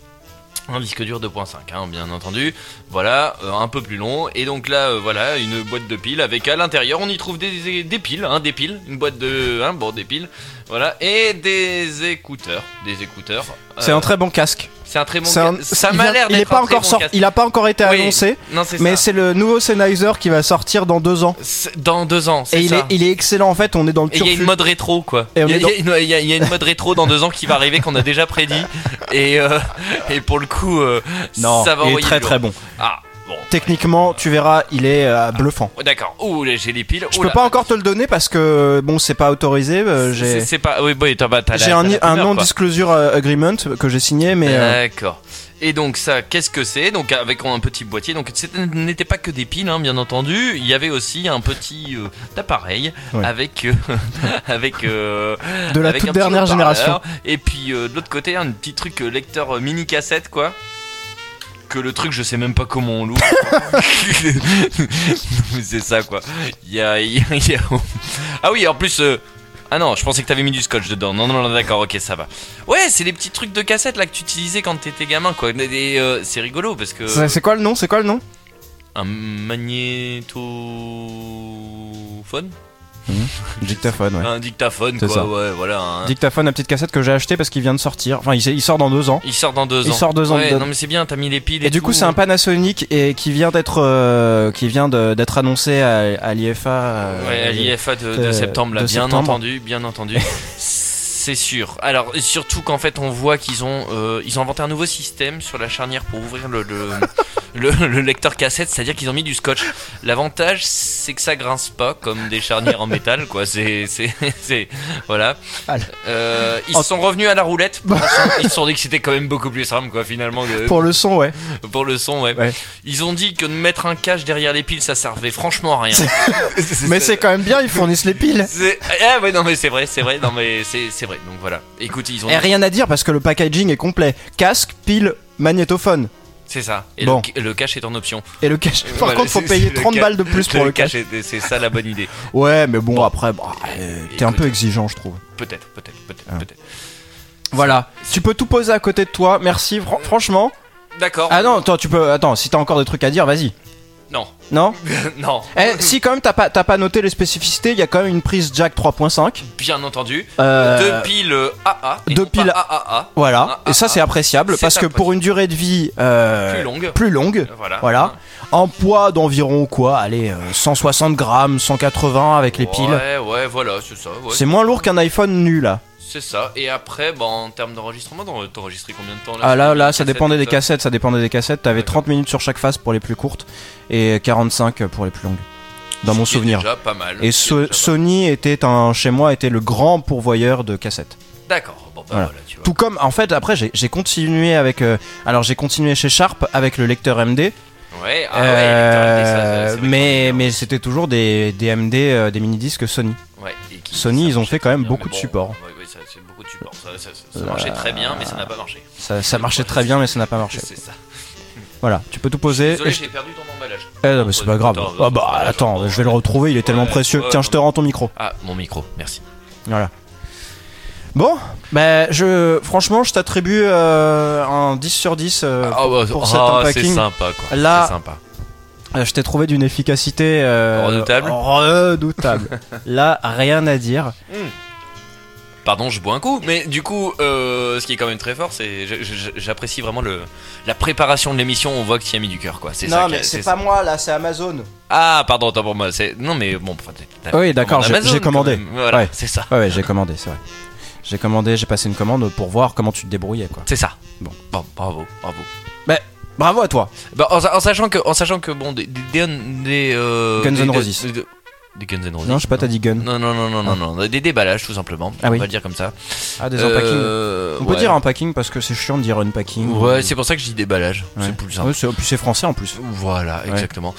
Un disque dur 2.5, hein, bien entendu. Voilà, euh, un peu plus long. Et donc là, euh, voilà, une boîte de piles avec à l'intérieur, on y trouve des, des- des piles, hein, des piles, une boîte de, hein, bon, des piles, voilà, et des écouteurs, des écouteurs. Euh,
C'est un très bon casque.
c'est un très bon.
C'est
ca-
un-
Ça
il
m'a
vient-
l'air
il
d'être
est pas
un très
encore
bon
sorti-
casque.
il a pas encore été
Oui,
annoncé,
Non, c'est
mais
ça.
c'est le nouveau Sennheiser qui va sortir dans deux ans.
C'est dans deux ans. c'est
Et il
ça.
est, il est excellent en fait, on est dans le
Et il y a une
turfu.
mode rétro quoi.
Et on
Il y, a-
est dans-
il y a- il y a- il y a une mode rétro dans deux ans qui va arriver qu'on a déjà prédit. Et, euh, et pour le coup, euh,
Non,
ça va
il
envoyer
est très
du lourd.
très bon.
Ah bon.
Techniquement, tu verras, il est euh, bluffant.
Oh, D'accord. Ouh, là, j'ai les piles.
Je
Oh
peux
là.
pas encore te le donner parce que bon, c'est pas autorisé. euh,
C'est
J'ai
c'est pas. Oui, bon, t'as bah, t'as la-
j'ai un,
t'as la
un
primeur, quoi.
non-disclosure euh, agreement que j'ai signé, mais euh,
D'accord. Et donc ça, qu'est-ce que c'est Donc avec un petit boîtier. Donc ce n'était pas que des piles, hein, bien entendu. Il y avait aussi un petit euh, appareil
Ouais.
avec euh, [laughs] avec euh,
de la
avec un
toute
petit
dernière
haut-parleur.
génération.
Et puis euh, de l'autre côté, un petit truc euh, lecteur euh, mini cassette, quoi. Que le truc, je sais même pas
[laughs]
comment on l'ouvre. Mais c'est ça, quoi. Il y a, il y a- il y a- Ah oui, en plus. euh, Ah non, je pensais que t'avais mis du scotch dedans. Non, non, non, d'accord, ok, ça va. Ouais, c'est les petits trucs de cassette là que tu utilisais quand t'étais gamin, quoi. Des- des, euh, c'est rigolo parce que.
C'est- C'est quoi le nom C'est quoi le nom
Un magnétophone
Dictaphone, ouais.
Un dictaphone,
C'est
quoi.
ça.
Ouais, voilà. un-
Dictaphone, la petite cassette que j'ai achetée parce qu'il vient de sortir. Enfin, il, s- il sort dans deux ans.
Il sort dans deux
Il
ans.
sort deux ans
Ouais,
de-
non, mais c'est bien, t'as mis les piles. Et,
Et du coup,
tout.
c'est un Panasonic et qui vient d'être euh, qui vient de- d'être annoncé à, à l'IFA. euh,
Ouais, à l'IFA de, de
de-
septembre, là,
de
bien
septembre.
entendu, bien
[laughs]
entendu. C'est sûr. Alors, surtout qu'en fait, on voit qu'ils ont, euh, ils ont inventé un nouveau système sur la charnière pour ouvrir le,
[laughs]
le, le- le lecteur cassette, c'est-à-dire qu'ils ont mis du scotch. L'avantage, c'est que ça grince pas comme des charnières en métal, quoi. C'est. c'est- [laughs] c'est- Voilà.
Ah là.
Euh, ils
En-
sont revenus à
[laughs]
la roulette. pour la son- ils se sont dit que c'était quand même beaucoup plus simple, quoi, finalement, que-
Pour le son, ouais.
pour... le son, ouais.
Ouais.
Ils ont dit que de mettre un cache derrière les piles, ça servait franchement à rien.
Mais c'est quand même bien, ils fournissent les piles.
C'est- Ah ouais non mais c'est vrai c'est vrai non mais c'est c'est vrai donc voilà écoute ils ont
Et rien à dire parce que le packaging est complet. Casque, pile, magnétophone.
c'est ça et
Bon.
le, le cash est en option
Et le cache. Par
Voilà,
contre, faut
c'est-
payer
c'est le
30
ca-
balles de plus pour le cache.
est- c'est ça la bonne idée
Ouais, mais bon, après, bah, euh, t'es un
Écoute.
peu exigeant, je trouve.
peut-être peut-être peut-être
Ah.
peut-être
Voilà. Tu peux tout poser à côté de toi. Merci, fran- franchement.
d'accord
Ah non, attends, tu peux. Attends, si t'as encore des trucs à dire, vas-y.
non [laughs]
Non
non
Eh, si quand même t'as pas, t'as pas noté les spécificités, il y a quand même une prise jack 3.5.
bien entendu
Euh,
deux piles euh, AA et
deux
non pas
piles-
AAA
Voilà,
Ah, ah,
et ça c'est
ah.
appréciable
C'est
parce que pour
appréciable.
une durée de vie euh,
plus longue
plus longue,
voilà
voilà, en poids d'environ quoi, allez, euh, 160 grammes, 180 avec les piles.
ouais ouais voilà c'est ça ouais.
C'est moins lourd qu'un iPhone nu là.
c'est ça et après bah, en termes d'enregistrement t'en- t'enregistrais combien de temps là
Ah là,
sur les
là, ça
cassettes,
dépendait
tout
des
ça
cassettes, ça dépendait des cassettes. T'avais
D'accord.
30 minutes sur chaque face pour les plus courtes et 45 pour les plus longues, dans
Ce
mon
qui est
souvenir.
déjà pas mal
Et
Ce qui est
So-
déjà pas
Sony était un, chez moi, était le grand pourvoyeur de cassettes.
mal. d'accord bon bah
Voilà.
voilà tu vois
Tout comme, en fait, après, j'ai j'ai continué avec. euh, alors, j'ai continué chez Sharp avec le lecteur MD.
Ouais, ah ouais, Electronic Arts, ça,
euh,
ça, c'est
mais
Electronic
mais c'était toujours des, des MD, euh, des mini-disques Sony.
Arts. Ouais, et qui-
Sony,
ça
ils ont
marchait
fait quand
très
même
bien,
beaucoup
mais
de supports.
Ouais, ouais, ça, c'est beaucoup de supports. Ça, ça- ça- ça marchait très bien, mais ça n'a pas marché.
Ça, ça marchait très bien, mais ça n'a pas marché.
C'est ça.
Voilà, tu peux tout poser.
Désolé,
et je-
j'ai perdu ton emballage.
Eh, non, mais c'est pas grave.
Attends,
Ah bah attends, je vais le retrouver, il est tellement
Ouais,
précieux.
ouais,
Tiens, je te rends ton micro.
Ah, mon micro, merci.
Voilà. Bon, bah je, franchement, je t'attribue euh, un 10 sur 10. euh,
Ah, bah,
pour
ah,
cet
c'est
unpacking,
sympa, quoi.
là-
C'est sympa.
Euh, Je t'ai trouvé d'une efficacité euh,
Ah. Redoutable. [laughs]
redoutable. Là, rien à dire.
Pardon, je bois un coup, mais du coup, euh, ce qui est quand même très fort, c'est je- je- j'apprécie vraiment le la préparation de l'émission. On voit que tu y as mis du cœur, quoi. C'est ça.
Non,
qui est-
mais c'est
ça.
pas moi là, c'est Amazon.
Ah, pardon, attends pour moi. C'est non, mais bon. enfin, t'as- t'as-
Oui, d'accord,
commandé
j'ai-
Amazon,
j'ai commandé.
quand même. Voilà,
Ouais.
c'est ça,
Ouais, ouais, j'ai commandé, c'est vrai. J'ai commandé, j'ai passé une commande pour voir comment tu te débrouillais quoi.
c'est ça.
Bon.
bon, bravo, bravo.
Bravo à toi.
Bah, en, sa- en sachant que, en sachant que bon, des, des, des, des, euh,
Guns
des-
N'
des-
Roses.
des- des Guns N' Roses.
Non, je sais pas, t'as dit gun.
Non, non, non, non, non, non, des déballages tout simplement.
Ah
on
oui.
va le dire comme ça.
Ah, des unpackings.
Euh,
On peut
ouais.
dire unpacking parce que c'est chiant de dire unpacking.
Ouais, c'est pour ça que je dis déballage.
Ouais.
C'est plus simple.
Ouais, c'est- en plus c'est français en plus.
Voilà,
Ouais.
exactement.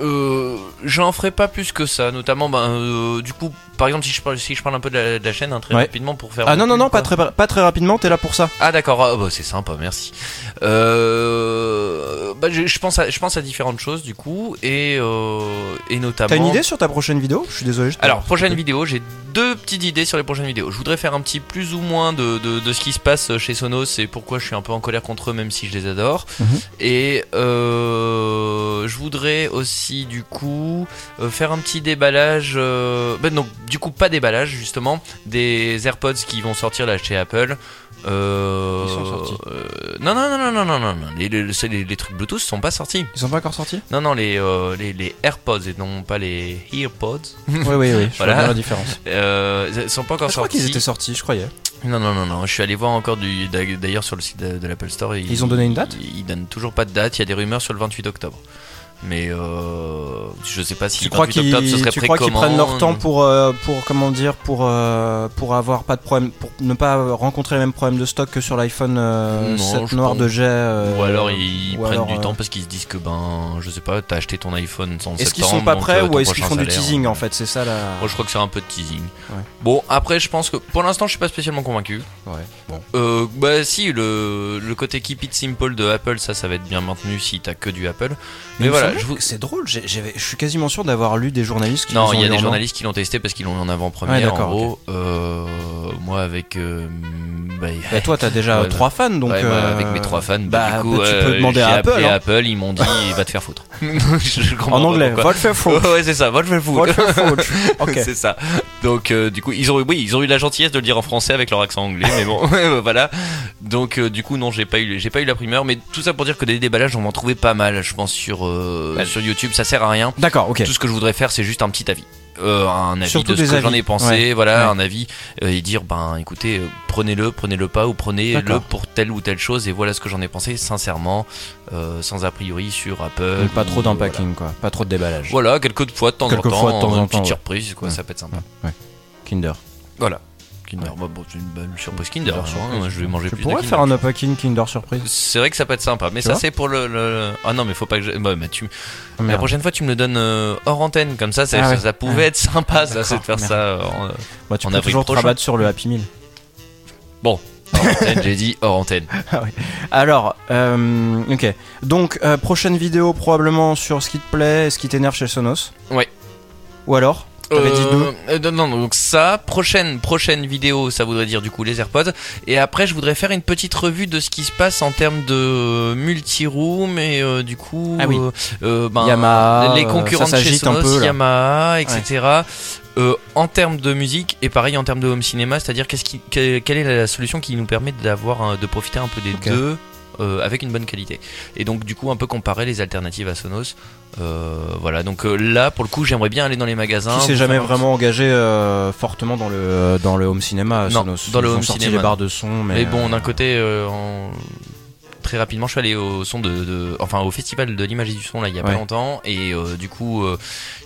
Euh, J'en ferai pas plus que ça, notamment, ben, euh, du coup, par exemple, si je parle, si je parle un peu de la, de la chaîne, hein, très
Ouais.
rapidement pour faire.
Ah non non non, pas
pas
très pas très rapidement, t'es là pour ça.
Ah d'accord, ah, bah, c'est sympa, merci. Euh, bah, je, je pense à, je pense à différentes choses du coup et euh, et notamment.
T'as une idée sur ta prochaine vidéo Je suis désolé. je t'ai-
Alors prochaine vidéo, j'ai deux petites idées sur les prochaines vidéos. Je voudrais faire un petit plus ou moins de, de, de ce qui se passe chez Sonos et pourquoi je suis un peu en colère contre eux, même si je les adore.
Mhm.
Et euh, je voudrais aussi du coup euh, faire un petit déballage. euh, ben non, du coup pas déballage justement des AirPods qui vont sortir là chez Apple. Euh,
Ils sont sortis.
euh, non non non non non non non non. Les, les, c'est les- les trucs Bluetooth sont pas sortis.
Ils sont pas encore
[laughs]
sortis
Non non les, euh, les les AirPods et non pas les
[laughs]
EarPods.
Oui oui oui. Je vois
Voilà.
bien la différence.
Euh, ils sont pas encore
Ah, Je crois
sortis.
qu'ils étaient sortis, je croyais.
Non, non, non, non. Je suis allé voir encore du. d'a- D'ailleurs, sur le site de, de l'Apple Store.
Ils ont donné une date
Ils, ils donnent toujours pas de date. Il y a des rumeurs sur le 28 octobre. Mais euh, je sais pas si
Tu
le
crois
28
qu'ils
octobre ce serait
tu crois qu'ils
précommande.
prennent leur temps pour euh, pour comment dire pour euh, pour avoir pas de problème pour ne pas rencontrer les mêmes problèmes de stock que sur l'iPhone euh,
Non,
7
je
noir
pense.
de jet. euh,
Ou alors ils
ou
prennent
alors,
du
euh,
temps parce qu'ils se disent que ben, je sais pas, t'as acheté ton iPhone sans
Est-ce qu'ils sont pas
euh,
prêts ou est-ce qu'ils font du teasing en fait C'est ça la.
Moi, je crois que c'est un peu de teasing.
Ouais.
Bon, après, je pense que pour l'instant, je suis pas spécialement convaincu.
Ouais, bon.
Euh, bah, si, le, le côté keep it simple de Apple, ça, ça va être bien maintenu si t'as que du Apple.
il
Mais,
me
voilà,
semblait
je vous.
que C'est drôle. j'ai- j'avais- Je suis quasiment sûr d'avoir lu des journalistes qui.
Non,
les ont
il y a
eu en
des
main.
journalistes qui l'ont testé parce qu'ils l'ont eu en avant-première.
Ouais,
en
d'accord,
gros, Euh, moi avec euh, bah,
Bah, toi, t'as déjà
Ouais,
trois fans, donc.
Ouais, moi, avec
euh,
mes trois fans, bah,
bah,
du coup,
tu
euh,
peux demander
j'ai
à Apple.
appelé
hein.
Apple, ils
[laughs]
m'ont dit, va te faire foutre. [laughs] Je comprends
En
pas
anglais,
pourquoi.
va te faire foutre.
[laughs] ouais, c'est ça, va te faire
Va te
foutre.
faire foutre.
[laughs]
Ok.
C'est ça. Donc, euh, du coup, ils ont, eu- oui, ils ont eu la gentillesse de le dire en français avec leur accent anglais, mais bon, [laughs] euh, voilà. Donc, euh, du coup, non, j'ai pas eu, j'ai pas eu la primeur, mais tout ça pour dire que des déballages, on va en trouver pas mal, je pense, sur, euh,
Ouais.
sur YouTube. Ça sert à rien.
D'accord, ok.
Tout ce que je voudrais faire, c'est juste un petit avis. Euh, un avis
Surtout
de ce
des
que j'en
avis.
ai pensé,
Ouais.
voilà,
Ouais.
un avis, euh, et dire, ben écoutez, euh, prenez-le, prenez-le pas, ou prenez-le
D'accord.
pour telle ou telle chose, et voilà ce que j'en ai pensé, sincèrement, euh, sans a priori sur Apple.
Donc, pas
ou-
trop d'unpacking, quoi. Pas trop de déballage.
euh, Voilà, Voilà, quelques fois de temps
Quelques
en temps,
fois de temps en
une
temps,
petite
ouais.
surprise, quoi,
Ouais.
ça peut être sympa.
Kinder.
Voilà. Kinder,
Ouais.
bah, bon, c'est une bonne surprise Kinder,
Kinder
hein,
surprise.
moi, je vais manger
Tu
plus de
pourrais
Kinder.
faire un unpacking Kinder surprise.
C'est vrai que ça peut être sympa, mais
Tu
ça
vois
c'est pour le, le- Ah non, mais faut pas que je. bah, mais tu...
Oh,
La
merde.
prochaine fois, tu me le donnes euh, hors antenne, comme ça, ça,
Ah
ça-
ouais.
ça pouvait
Ouais.
être sympa, ça,
D'accord,
c'est de faire
merde.
ça. euh, en-
Bah, tu
en
peux
avril
toujours te
prochain.
rabattre sur le Happy Meal.
Hors antenne, j'ai dit hors antenne.
Alors, euh, ok. Donc, euh, prochaine vidéo probablement sur ce qui te plaît et ce qui t'énerve chez Sonos.
Ouais.
Ou alors [laughs] T'avais dit deux.
euh, non, non, donc ça, prochaine, prochaine vidéo, ça voudrait dire du coup les AirPods. Et après, je voudrais faire une petite revue de ce qui se passe en termes de euh, multi-room et euh, du coup,
Ah oui.
euh, euh, ben,
Yamaha,
les concurrents
euh, ça
de chez
s'agite un
Sonos,
peu, là.
Yamaha, etc. Euh, en termes de musique et pareil en termes de home cinéma, c'est-à-dire qu'est-ce qui, que- quelle est la solution qui nous permet d'avoir un- de profiter un peu des
Ok.
deux euh, avec une bonne qualité. Et donc du coup un peu comparer les alternatives à Sonos. Euh, voilà, donc euh, là pour le coup j'aimerais bien aller dans les magasins.
Qui s'est
vous
jamais
faire un-
vraiment engagé euh, fortement dans le, dans le home cinéma
Non,
Sonos.
dans le
Ils ont
home
sorti
cinéma,
les barres de son, mais.
Mais bon, d'un côté, euh, en- très rapidement, je suis allé au son de, de- enfin au festival de l'image et du son là il y a pas
Ouais.
longtemps, et euh, du coup, euh,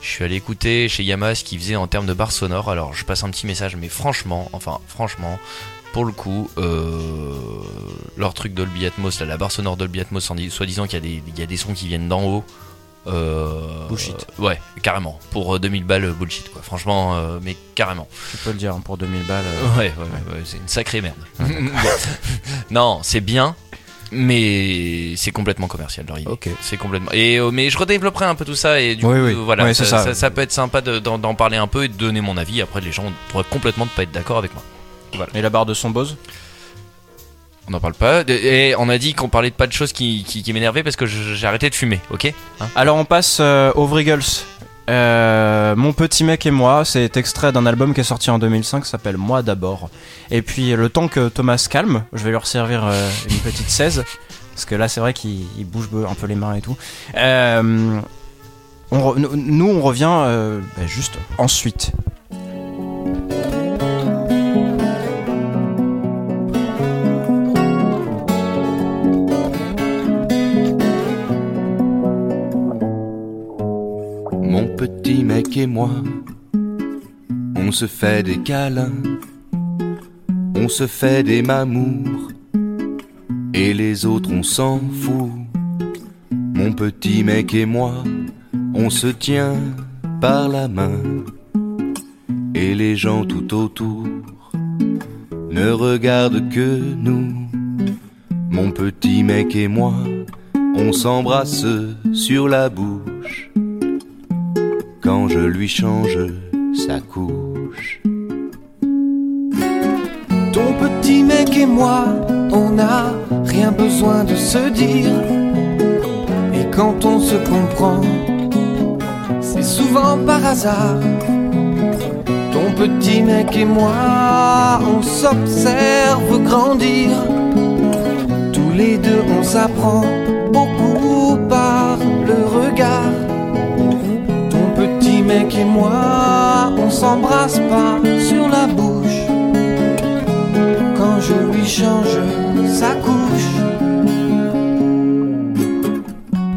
je suis allé écouter chez Yamaha ce qu'ils faisaient en termes de barres sonores. Alors, je passe un petit message, mais franchement, enfin franchement. Pour le coup, euh, leur truc Dolby Atmos, là, la barre sonore Dolby Atmos, sans dire- soi-disant qu'il y, a des- il y a des sons qui viennent d'en haut. Euh,
Bullshit.
ouais, carrément. Pour euh, 2000 balles, bullshit, quoi. Franchement, euh, mais carrément.
Tu peux le dire, hein, pour 2000 balles. euh,
[laughs] Ouais, ouais, ouais, ouais, c'est une sacrée merde. [laughs] non, c'est bien, mais c'est complètement commercial leur idée.
Ok.
C'est complètement. Et euh, mais je redévelopperai un peu tout ça et du
Oui,
coup,
oui.
euh, voilà,
Ouais,
ça,
c'est ça.
ça- ça peut être sympa de- d'en d'en parler un peu et de donner mon avis. Après, les gens pourraient complètement ne pas être d'accord avec moi.
Et la barre de son Bose
On n'en parle pas. De- Et on a dit qu'on parlait de pas de choses qui, qui, qui m'énervaient parce que je- j'ai arrêté de fumer, ok
Alors on passe euh, aux Vrigals. Euh, Mon petit mec et moi, c'est extrait d'un album qui est sorti en 2005, qui s'appelle Moi d'abord. Et puis le temps que Thomas se calme, je vais lui resservir euh, une petite 16, parce que là c'est vrai qu'il il bouge un peu les mains et tout. Euh, on re- nous- nous on revient euh, bah, juste ensuite.
Mon petit mec et moi, on se fait des câlins, on se fait des mamours, et les autres on s'en fout. Mon petit mec et moi, on se tient par la main, et les gens tout autour ne regardent que nous. Mon petit mec et moi, on s'embrasse sur la bouche quand je lui change sa couche.
Ton petit mec et moi, on n'a rien besoin de se dire. Et quand on se comprend, c'est souvent par hasard. Ton petit mec et moi, on s'observe grandir. Tous les deux, on s'apprend beaucoup par le regard. Ton petit mec et moi, on s'embrasse pas sur la bouche quand je lui change sa couche.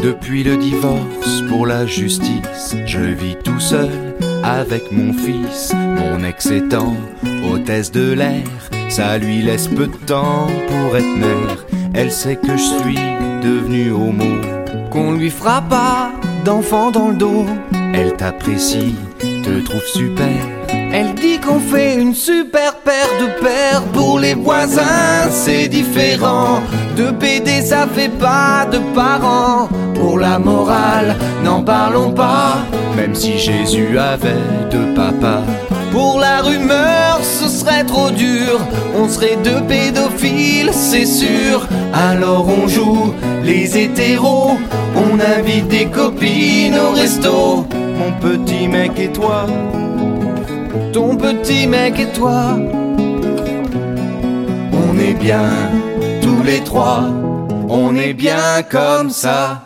Depuis le divorce pour la justice, je vis tout seul avec mon fils. Mon ex étant hôtesse de l'air, ça lui laisse peu de temps pour être mère. Elle sait que je suis devenu homo.
Qu'on lui fera pas d'enfant dans le dos.
Elle t'apprécie, te trouve super.
Elle dit qu'on fait une super paire de paires. Pour les voisins, c'est différent. De PD, ça fait pas de parents. Pour la morale, n'en parlons pas.
Même si Jésus avait deux papas.
Pour la rumeur, ce serait serait trop dur, on serait deux pédophiles, c'est sûr. Alors on joue les hétéros, on invite des copines au resto. Mon petit mec et toi, ton petit mec et toi, on est bien tous les trois, on est bien comme ça.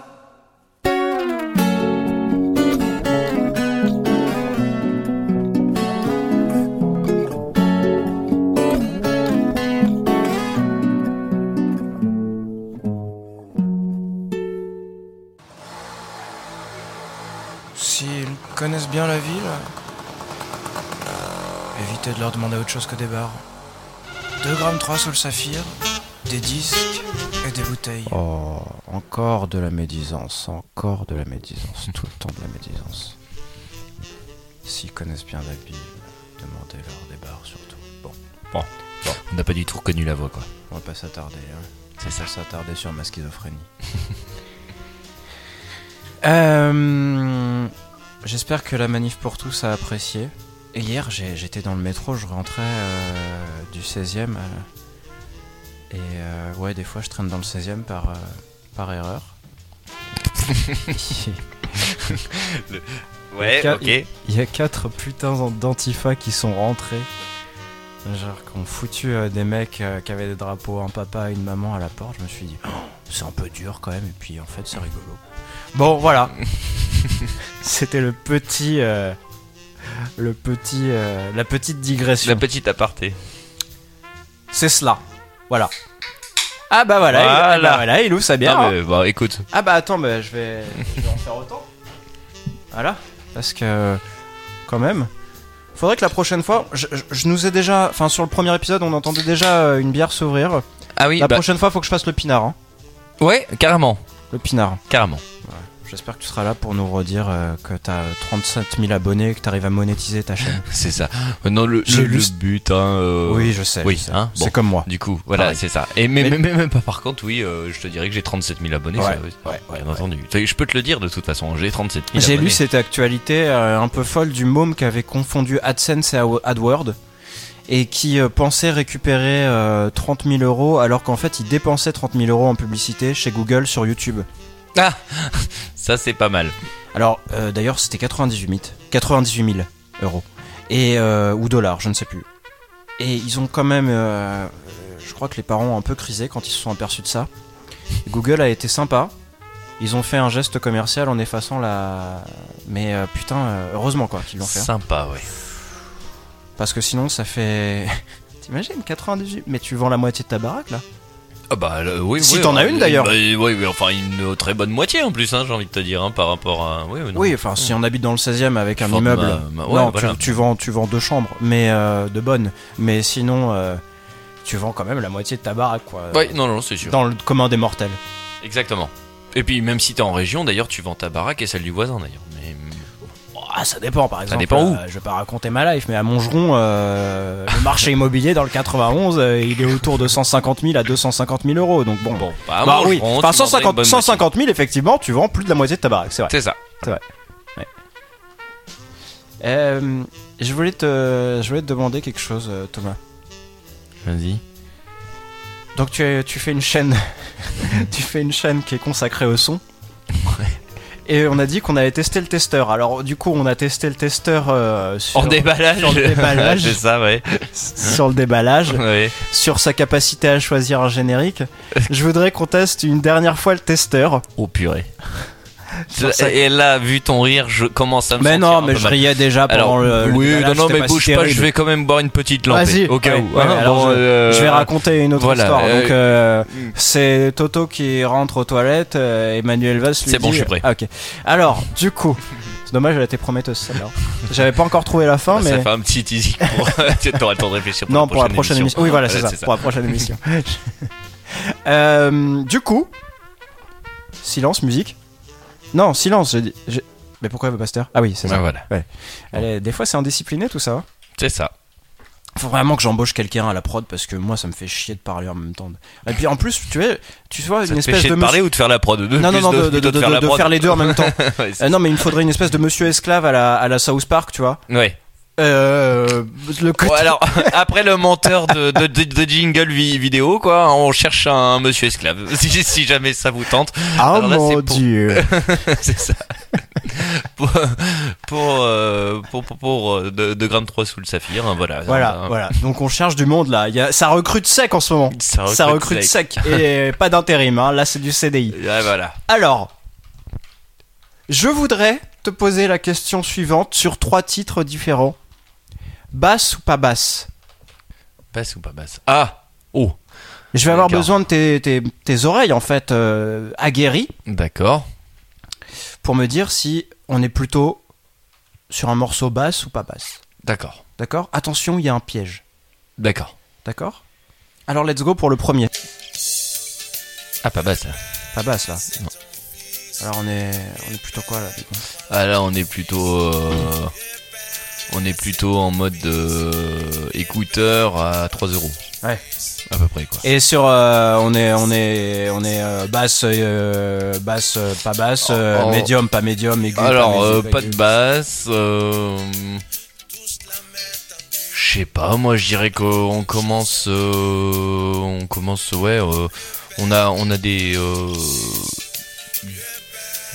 S'ils connaissent bien la ville, euh, évitez de leur demander autre chose que des bars. 2 grammes 3 sous le saphir, des disques et des bouteilles. Oh, encore de la médisance, encore de la médisance, tout le temps de la médisance. S'ils connaissent bien la ville, demandez-leur des bars surtout. Bon,
On n'a pas du tout reconnu la voix, quoi.
on va pas s'attarder. Hein. C'est ça, s'attarder sur ma [laughs] schizophrénie. Euh, J'espère que la manif pour tous a apprécié. Et Hier, j'ai- j'étais dans le métro, je rentrais euh, du 16e. euh, et euh, ouais, des fois, je traîne dans le 16e par, euh, par erreur. [laughs]
Ouais,
Ca-
ok.
Il y a quatre putains en- d'antifa qui sont rentrés. Genre, qui ont foutu euh, des mecs euh, qui avaient des drapeaux, un papa et une maman à la porte. Je me suis dit, Oh, c'est un peu dur quand même. Et puis en fait, c'est rigolo. Bon,
[laughs]
voilà. C'était le petit. euh, le petit. euh, la petite digression.
La petite aparté.
C'est cela. Voilà. Ah bah voilà, il- ah bah
Voilà.
voilà, il ouvre sa bière.
Ah,
hein.
mais, bah, écoute.
Ah bah attends, bah, je,
[laughs]
vais, je vais en faire autant. Voilà. Parce que, quand même, faudrait que la prochaine fois, je, je- je nous ai déjà, enfin sur le premier épisode, on entendait déjà euh, une bière s'ouvrir.
Ah oui,
la
bah,
prochaine fois, faut que je fasse le pinard. hein.
ouais, carrément.
Le pinard.
Carrément.
J'espère que tu seras là pour nous redire euh, que t'as 37 000 abonnés, et que t'arrives à monétiser ta chaîne.
C'est ça. Euh, Non, le,
J'ai
le-
lu
le
ce-
but, hein, euh,
oui, je sais.
oui,
je sais.
hein,
c'est
bon.
comme moi.
Du coup, voilà,
Pareil.
c'est ça. Et mais,
Mais-
mais, mais- mais pas par contre, oui, euh, je te dirais que j'ai 37 000 abonnés.
Ouais,
ça,
ouais, ouais,
bien
ouais.
entendu. Je peux te le dire de toute façon, j'ai 37
J'ai
000 abonnés.
lu cette actualité euh, un peu folle du môme qui avait confondu AdSense et Ad- AdWord et qui euh, pensait récupérer euh, 30 000 euros alors qu'en fait il dépensait 30 000 euros en publicité chez Google sur YouTube.
Ça, c'est pas mal.
Alors euh, d'ailleurs c'était 98 mythes. 98 000 euros et euh, ou dollars, je ne sais plus. Et ils ont quand même, euh, euh, je crois que les parents ont un peu crisé quand ils se sont aperçus de ça. Google a été sympa. Ils ont fait un geste commercial en effaçant la. Mais euh, putain, euh, heureusement quoi qu'ils l'ont fait.
Sympa, ouais.
Parce que sinon, ça fait. [laughs] T'imagines, 98 Mais tu vends la moitié de ta baraque là
Ah bah là, oui,
Si
oui,
t'en
euh,
as une, d'ailleurs.
bah, oui, mais enfin une très bonne moitié en plus, hein, j'ai envie de te dire, hein, par rapport à. Oui, non.
Oui, enfin, si on habite dans le 16 e avec un
Forme,
immeuble.
euh, bah, ouais,
non, tu-
voilà.
tu, vends, tu vends deux chambres, mais euh, de bonnes. Mais sinon, euh, tu vends quand même la moitié de ta baraque quoi.
Ouais, non, non, c'est sûr.
Dans le commun des mortels.
Exactement. Et puis même si t'es en région, d'ailleurs, tu vends ta baraque et celle du voisin, d'ailleurs. Mais mm,
Ah, ça dépend par exemple.
dépend où.
euh, je vais pas raconter ma life, mais à Montgeron, euh, [laughs] le marché immobilier dans le 91, euh, il est autour de 150 000 à 250 000 euros. Donc bon.
bon, bah, à
Bah
Montgeron,
oui,
tu
enfin
vendrais une
150,
bonne
150 000 effectivement, tu vends plus de la moitié de ta baraque, c'est vrai.
moitié. C'est ça.
Euh, je, voulais te, je voulais te demander quelque chose, euh, Thomas.
Vas-y.
Donc tu, es- tu fais une chaîne, [laughs] tu fais une chaîne qui est consacrée au son. Et on a dit qu'on allait tester le testeur. Alors du coup, on a testé le testeur euh, sur,
En déballage.
sur le déballage.
[laughs] c'est ça, ouais.
[laughs] sur le
[laughs]
déballage,
Ouais.
sur sa capacité à choisir un générique. Je voudrais qu'on teste une dernière fois le testeur.
Oh purée.
Sur sa-
Et là, vu ton rire, je commence à me
Mais
sentir
non,
un
mais
peu
je
mal.
riais déjà pendant le.
Alors,
le
oui, non,
déballage,
non,
c'était
mais
si
bouge pas,
terrible.
je vais quand même boire une petite lampée.
Vas-y.
Au cas
Ouais,
où.
ouais,
hein.
alors
Bon,
je-
euh,
Je vais
[laughs]
raconter une autre
voilà,
histoire.
euh,
Donc, euh, c'est Toto qui rentre aux toilettes. euh, Emmanuel Valls lui
C'est bon,
dit-
je suis prêt.
Ah, ok. Alors, du coup, c'est dommage, elle était prometteuse celle-là. J'avais pas encore trouvé la fin,
bah, Ça
mais.
fait un petit teasing
[laughs]
pour. [laughs] T'auras le temps de réfléchir pour
non,
la
pour la prochaine émission. Oui, voilà, c'est
Voilà,
ça, Pour la prochaine émission. [laughs] Euh, du coup, silence, musique. Non, silence. j'ai dit- j'ai- Mais pourquoi elle veut pas se taire Ah oui, c'est
Ouais,
ça.
voilà.
Elle est- Des fois, c'est indiscipliné tout ça. hein.
C'est ça.
Faut vraiment que j'embauche quelqu'un à la prod parce que moi ça me fait chier de parler en même temps. Et puis en plus, tu es, tu vois,
Ça
une
te fait
espèce
chier
de
de parler
monsieur-
ou de faire la prod de,
Non, non,
plus
non,
de,
de, de-
plutôt de
de-
faire la
de
prod. [laughs]
faire les deux en même temps.
ouais, c'est-
Euh, non, mais il me faudrait une espèce de monsieur esclave à la, à la South Park, tu vois,
ouais.
Euh, le côté-
Bon, alors, [laughs] après le menteur de, de, de- de jingle vi- vidéo, quoi, on cherche un monsieur esclave. [laughs] Si, si jamais ça
[laughs]
vous tente,
Ah
alors là,
mon
c'est pour-
dieu.
[laughs] c'est ça. pour, pour, euh, pour, pour, pour, euh, de, de Gramme 3 sous le saphir, hein, voilà.
voilà,
Hein,
voilà. Donc on cherche du monde là. Il y a- Ça recrute sec en ce moment.
Ça recrute,
Ça recrute sec.
[laughs]
Et pas d'intérim, hein. là c'est du CDI.
Ah, voilà.
Alors, je voudrais te poser la question suivante sur trois titres différents. Basse ou pas basse
Basse ou pas basse Ah Oh
Je vais avoir
D'accord.
besoin de tes, tes- tes oreilles en fait euh, aguerries
D'accord.
pour me dire si on est plutôt sur un morceau basse ou pas basse.
D'accord.
D'accord Attention, il y a un piège.
D'accord.
D'accord Alors let's go pour le premier.
Ah, pas basse là.
Pas basse là.
Non.
Alors on est, on est plutôt quoi là du coup
Ah là on est plutôt euh, on est plutôt en mode euh, écouteur à 3 euros.
Ouais.
À peu près quoi.
Et sur euh, on est on est on est euh, basse euh, basse euh, pas basse euh,
Oh, oh.
médium pas médium aigu
Alors
pas,
euh,
médium,
pas
aigu.
de basse. euh, Je sais pas, moi je dirais qu'on commence euh, on commence ouais euh, on a on a des euh,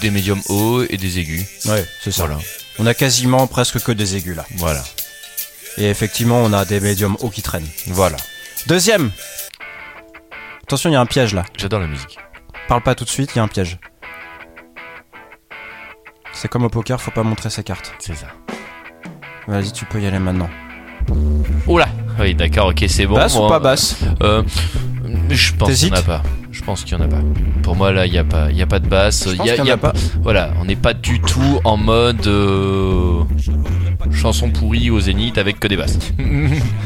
des médiums hauts et des aigus.
Ouais, c'est ça.
Voilà.
On a quasiment presque que des aigus là.
Voilà.
Et effectivement, on a des médiums hauts qui traînent.
Voilà.
Deuxième. Attention, il y a un piège là.
J'adore la musique.
Parle pas tout de suite, il y a un piège. C'est comme au poker, faut pas montrer ses cartes.
C'est ça.
Vas-y, tu peux y aller maintenant.
Oula. Oui, d'accord, OK, c'est bon.
basse ou
moi,
pas basse
Euh, je pense qu'il n'y en a
T'hésites
pas. Je pense qu'il n'y en a pas. Pour moi, là, il n'y a, pas- il y a pas de basse.
Je pense
il y a-
qu'il y en
il y a
a pas.
Voilà, on n'est pas du tout en mode euh, chanson pourrie au zénith avec que des basses. [laughs]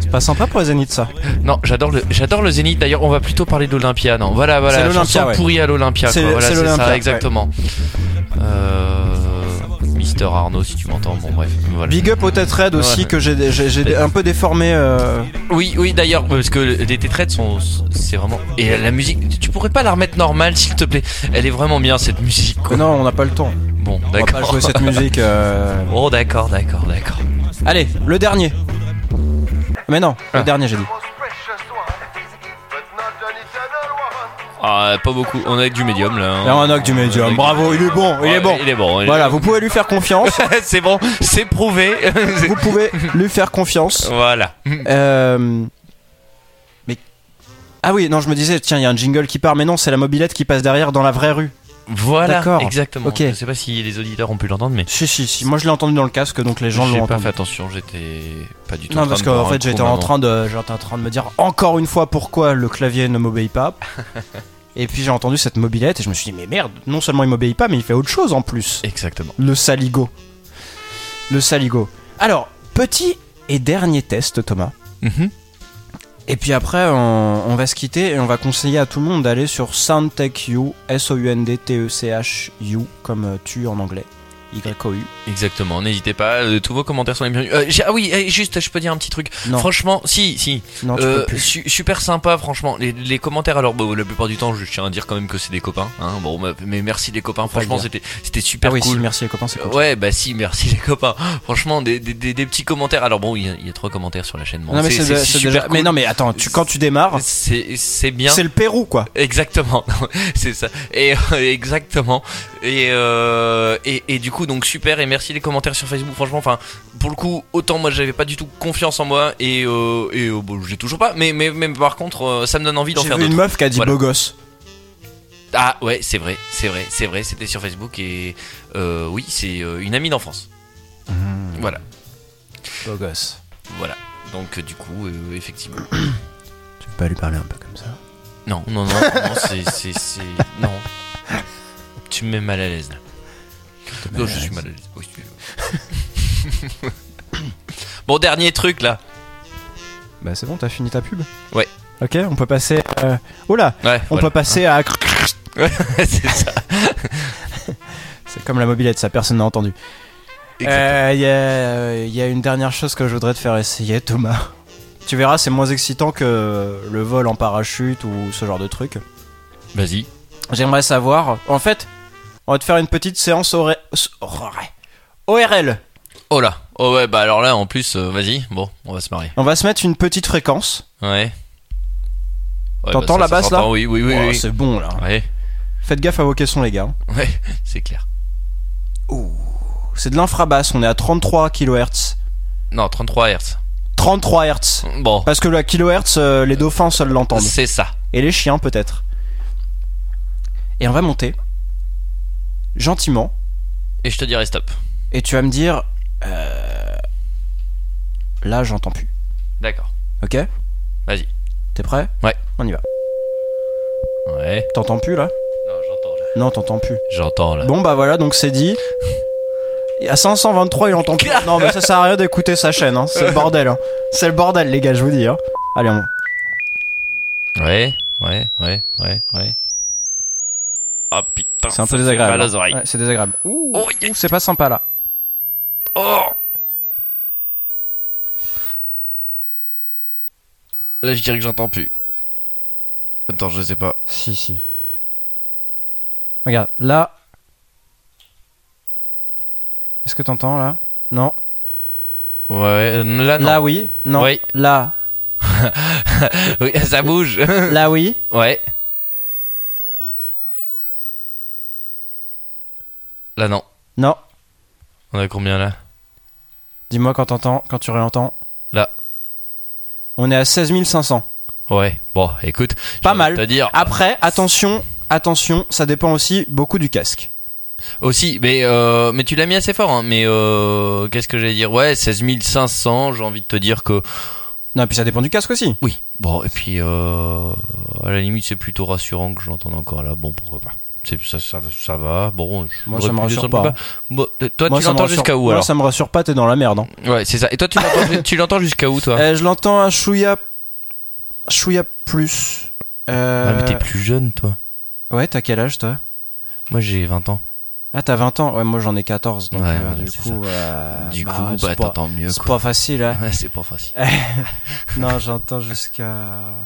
C'est pas sympa pour les Zénith ça.
non, j'adore le, j'adore le zénith. D'ailleurs, on va plutôt parler d'Olympia. Non, voilà,
C'est
voilà.
l'Olympia,
Chanson
ouais.
pourrie à l'Olympia.
C'est
quoi.
le-
Voilà,
c'est
c'est
l'Olympia,
ça,
ouais.
exactement. Euh, Mister Arnaud, si tu m'entends. Bon, bref. Voilà.
Big up au Red aussi
Ouais.
que j'ai- j'ai j'ai un peu déformé. euh,
Oui, oui, d'ailleurs, parce que le- les tétraides sont. C'est vraiment. Et la musique, tu pourrais pas la remettre normale, s'il te plaît Elle est vraiment bien, cette musique, quoi.
Non, on n'a pas le temps.
Bon,
On va pas
d'accord. [laughs]
jouer cette musique. euh.
Oh, d'accord, d'accord, d'accord.
Allez, le dernier. Mais non,
Ah.
le dernier j'ai dit.
Ah, pas beaucoup. On a que du médium, là. hein.
Là, on a que du
On a
médium.
que-
Bravo, il est bon, il
Ouais,
est bon.
Il est bon. il est-
Voilà, vous pouvez lui faire confiance.
[laughs] c'est bon,
[laughs]
c'est prouvé. C'est-
Vous pouvez lui faire confiance.
voilà.
Euh, Mais. Ah oui, non, je me disais, tiens, il y a un jingle qui part, mais non, c'est la mobilette qui passe derrière dans la vraie rue.
Voilà,
D'accord,
exactement.
ok.
Je sais pas si les auditeurs ont pu l'entendre, mais.
Si, si, si. Moi, je l'ai entendu dans le casque, donc les gens
J'ai
l'ont
pas
entendu.
fait attention, j'étais pas du tout. en
Non,
train
parce
de
qu'en
boire un
fait,
coup,
j'étais en
maman.
train de, j'étais en train de me dire encore une fois pourquoi le clavier ne m'obéit
[laughs]
pas. et puis j'ai entendu cette mobilette et je me suis dit mais merde, non seulement il m'obéit pas, mais il fait autre chose en plus.
Exactement.
Le saligo. Le saligo. Alors, petit et dernier test, Thomas.
Mhm.
Et puis après, on, on va se quitter et on va conseiller à tout le monde d'aller sur SoundTechU, E S-O-U-N-D-T-E-C-H-U, comme euh, tu en anglais, Y-O-U.
Exactement, n'hésitez pas, euh, tous vos commentaires sont les bienvenus. Euh, j'ai- ah oui, eh, juste, je peux dire un petit truc.
Non,
Franchement, si, si,
non, tu
Euh,
peux plus.
su- super sympa, franchement. Les, les commentaires, alors, bon, la plupart du temps, je tiens à dire quand même que c'est des copains. hein. Bon, bah, mais merci les copains.
Faut le
Franchement,
dire.
c'était, c'était super
Ah oui, si,
cool.
merci les copains, c'est
Euh,
cool.
Ouais, bah si, merci [laughs] les copains. Franchement, des, des, des- des petits commentaires. Alors bon, il y, a- il y a trois commentaires sur la chaîne. Bon,
Non, mais
c'est,
c'est de-
c'est
c'est
super
déjà-
cool.
mais non, mais attends, tu, quand tu démarres,
c'est, c'est bien.
c'est le Pérou, quoi.
Exactement, [laughs] c'est ça. Et euh, exactement. Et, euh, et et du coup donc super et merci les commentaires sur Facebook. Franchement, enfin pour le coup autant moi j'avais pas du tout confiance en moi et euh, et euh, bon, j'ai toujours pas. Mais mais mais par contre euh, ça me donne envie d'en
J'ai
faire
vu
d'autres.
une meuf qui a dit
Voilà.
beau gosse.
Ah ouais c'est vrai c'est vrai c'est vrai c'était sur Facebook et euh, oui c'est euh, une amie d'enfance.
Mmh.
Voilà
Beau gosse.
voilà. Donc euh, du coup euh, effectivement.
[coughs] Tu peux pas lui parler un peu comme ça
Non non non non c'est c'est c'est non. Tu me mets mal à l'aise là. Non, je suis mal à l'aise. Oui, tu- [coughs] bon, dernier truc là.
Bah, c'est bon, t'as fini ta pub
Ouais.
Ok, on peut passer. euh, Oh là
Ouais,
On
voilà.
peut passer à.
[laughs] c'est ça.
C'est comme la mobilette, ça personne n'a entendu. Il y, a- euh, y a une dernière chose que je voudrais te faire essayer, Thomas. Tu verras, c'est moins excitant que le vol en parachute ou ce genre de truc.
Vas-y.
J'aimerais savoir. En fait, on va te faire une petite séance ORE- s- ORE- ORL.
Oh là. Oh ouais, bah alors là, en plus, euh, vas-y. Bon, on va se marier.
On va se mettre une petite fréquence.
Ouais. Ouais, bah,
T'entends
ça,
la
ça
basse,
s'entend,
là
Oui, oui, oui.
Oh,
oui.
C'est bon là.
Ouais,
Faites gaffe à vos caissons les gars.
ouais, [laughs] c'est clair.
C'est de l'infrabasse, on est à 33 kHz.
Non, 33 Hz.
33 Hz.
Bon,
Parce que la kHz, euh, les dauphins seuls l'entendent.
c'est ça.
Et les chiens peut-être. Et on va monter. Gentiment.
Et je te dirai stop.
Et tu vas me dire... euh, Là j'entends plus.
D'accord.
Ok
Vas-y.
T'es prêt
Ouais.
On y va.
Ouais.
T'entends plus là
Non, j'entends là.
Non, t'entends plus.
J'entends là.
Bon bah voilà, donc c'est dit. Et À 523, il
[laughs]
entend plus. Non, mais ça sert à rien d'écouter sa chaîne, hein. c'est le bordel. hein. C'est le bordel, les gars, je vous dis. hein. Allez, on...
Ouais, ouais, ouais, ouais, ouais. Oh
c'est
putain.
un
ça
peu
me fait
désagréable.
mal aux oreilles.
hein. Ouais, c'est désagréable. Ouh,
Oh, yeah.
ouh, c'est pas sympa là.
Oh Là, je dirais que j'entends plus. Attends, je sais pas.
Si, si. Regarde, là. Est-ce que t'entends là Non.
Ouais, euh, là, non. [laughs]
Là, oui. Non.
Oui.
Là,
Oui, ça bouge.
là, oui.
[laughs] ouais. Là, non.
Non.
On a combien là
Dis-moi quand t'entends, quand tu réentends.
Là.
On est à 16 500.
Ouais, bon, écoute.
Pas
j'ai envie
mal.
de Te dire.
Après, attention, attention, ça dépend aussi beaucoup du casque.
Aussi, mais, euh, mais tu l'as mis assez fort, hein, mais euh, qu'est-ce que j'allais dire Ouais, 16 500, j'ai envie de te dire que.
Non, et puis ça dépend du casque aussi.
Oui, bon, et puis euh, à la limite, c'est plutôt rassurant que je l'entende encore là. Bon, pourquoi pas C'est- ça, ça, ça va, bon, je
Moi,
voudrais
ça me
plus
rassure
descendre
pas.
plus bas. Bon, euh, toi,
Moi,
tu
ça me
l'entends
rassure-
jusqu'à où
Moi,
alors
ça me rassure pas, t'es dans la merde. hein.
Ouais, c'est ça. Et toi, tu
[laughs]
l'entends, tu l'entends jusqu'à où toi
Euh, je l'entends un chouïa. Chouïa plus. Euh,
Ah, mais t'es plus jeune, toi.
Ouais, t'as quel âge toi
Moi, j'ai 20 ans.
Ah, t'as 20 ans Ouais, moi j'en ai 14. Donc,
Ouais,
euh,
ouais,
du
c'est
coup. euh,
du
bah,
coup,
c'est
bah,
pas-
t'entends mieux.
C'est
quoi.
pas facile,
[laughs]
hein.
Ouais, c'est pas facile.
non, j'entends jusqu'à.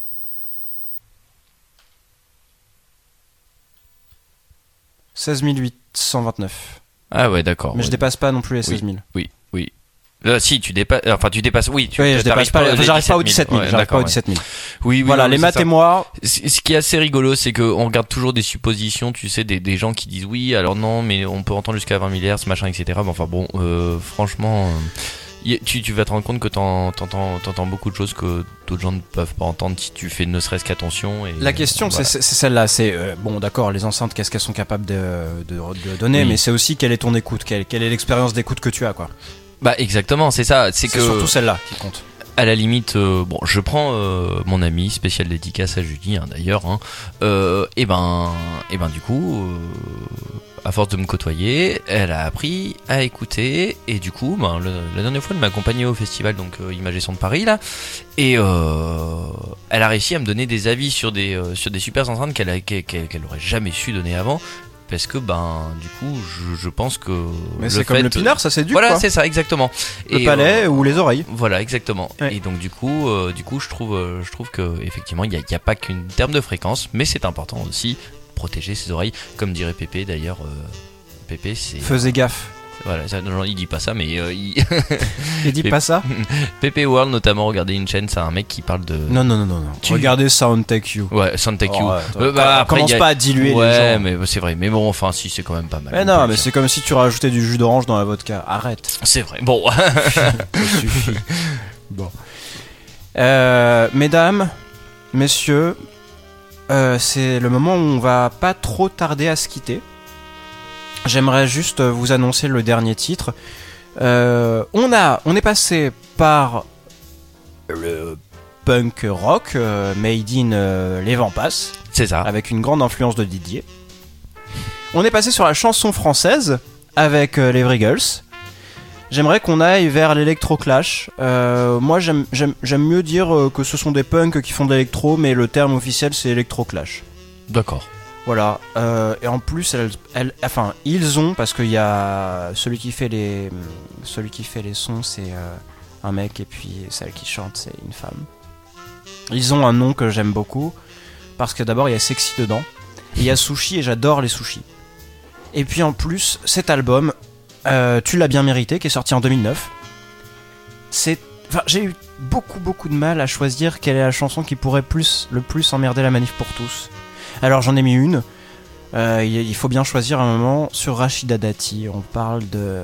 « 16 829.
Ah ouais, d'accord.
Mais
ouais.
je dépasse pas non plus les 16 000.
Oui, oui. Euh, si, tu dépasses. Enfin, tu dépasses. Oui, tu
Oui, je
t'arrives
dépasse pas,
les
j'arrive pas au 17
17
000.
Ouais,
j'arrive pas
d'accord,
au
ouais.
17 000.
Oui, oui,
voilà,
non,
les
mais
maths
c'est
et moi.
C- Ce qui est assez rigolo, c'est qu'on regarde toujours des suppositions, tu sais, des, des gens qui disent oui, alors non, mais on peut entendre jusqu'à 20 milliards, ce machin, etc. Mais enfin bon, euh, franchement, euh, y- tu, tu vas te rendre compte que t'en- t'entends t'entends beaucoup de choses que d'autres gens ne peuvent pas entendre si tu fais ne serait-ce qu'attention. et-
La question,
voilà.
c'est c'est celle-là. C'est euh, bon, d'accord, les enceintes, qu'est-ce qu'elles sont capables de, de- de donner,
Oui.
mais c'est aussi quelle est ton écoute, quelle, quelle est l'expérience d'écoute que tu as, quoi.
Bah exactement, c'est ça. C'est
C'est
que
surtout celle-là qui compte.
à la limite, euh, bon, je prends euh, mon ami spécial dédicace à Julie, hein, d'ailleurs. hein. Euh, et ben, et ben du coup, euh, à force de me côtoyer, elle a appris à écouter. Et du coup, ben, le- la dernière fois, elle m'a accompagné au festival donc euh, Image et Son de Paris là, et euh, elle a réussi à me donner des avis sur des euh, sur des super enceintes qu'elle a- qu'elle qu'elle- qu'elle aurait jamais su donner avant. Parce que ben du coup je, je pense que
Mais c'est comme
fait-
le pinard, ça séduit,
voilà
quoi.
c'est ça exactement
Le
Et,
palais
euh,
ou les oreilles.
voilà, exactement.
Ouais.
Et donc du coup, euh, du coup, je trouve, euh, je trouve que effectivement, il n'y a, il y a pas qu'une terme de fréquence, mais c'est important aussi de protéger ses oreilles, comme dirait Pépé d'ailleurs. euh, Pépé, c'est
Faisais gaffe.
voilà, ça, non, il dit pas ça, mais euh, il- [laughs]
Et dis
Et-
pas ça.
Pépé World notamment, regardez une chaîne, c'est un mec qui parle de
Non, non, non, non. non.
Tu-
Regardez Soundtech You.
ouais, Santa Q.
Oh, attends.
Euh, bah,
Com-
après,
commence
il y a-
pas à diluer les
ouais,
gens. Mais,
mais c'est vrai. Mais bon, enfin, si, c'est quand même pas mal. On peut
non,
le
mais
dire.
c'est comme si tu rajoutais du jus d'orange dans la vodka. Arrête.
c'est vrai. Bon, [laughs]
Ça suffit. bon. Euh, mesdames, messieurs, euh, c'est le moment où on va pas trop tarder à se quitter. J'aimerais juste euh, vous annoncer le dernier titre. Euh, on, a, on est passé par le punk rock, euh, Made in euh, Les Vents Passent
c'est ça.
avec une grande influence de Didier. On est passé sur la chanson française avec euh, les Vrigals. J'aimerais qu'on aille vers l'électroclash. Euh, moi, j'aime- j'aime j'aime mieux dire euh, que ce sont des punks qui font de l'électro, mais le terme officiel c'est électroclash.
D'accord.
Voilà. Euh, et en plus, elles- elles- enfin, ils ont parce qu'il y a celui qui fait les, celui qui fait les sons, c'est euh, un mec, et puis celle qui chante, c'est une femme. Ils ont un nom que j'aime beaucoup parce que d'abord il y a sexy dedans, et il y a sushi et j'adore les sushis. Et puis en plus, cet album, euh, Tu l'as bien mérité, qui est sorti en 2009. C'est, enfin, j'ai eu beaucoup beaucoup de mal à choisir quelle est la chanson qui pourrait plus le plus emmerder la manif pour tous. Alors j'en ai mis une. Euh, il il faut bien choisir un moment sur Rachida Dati. On parle de.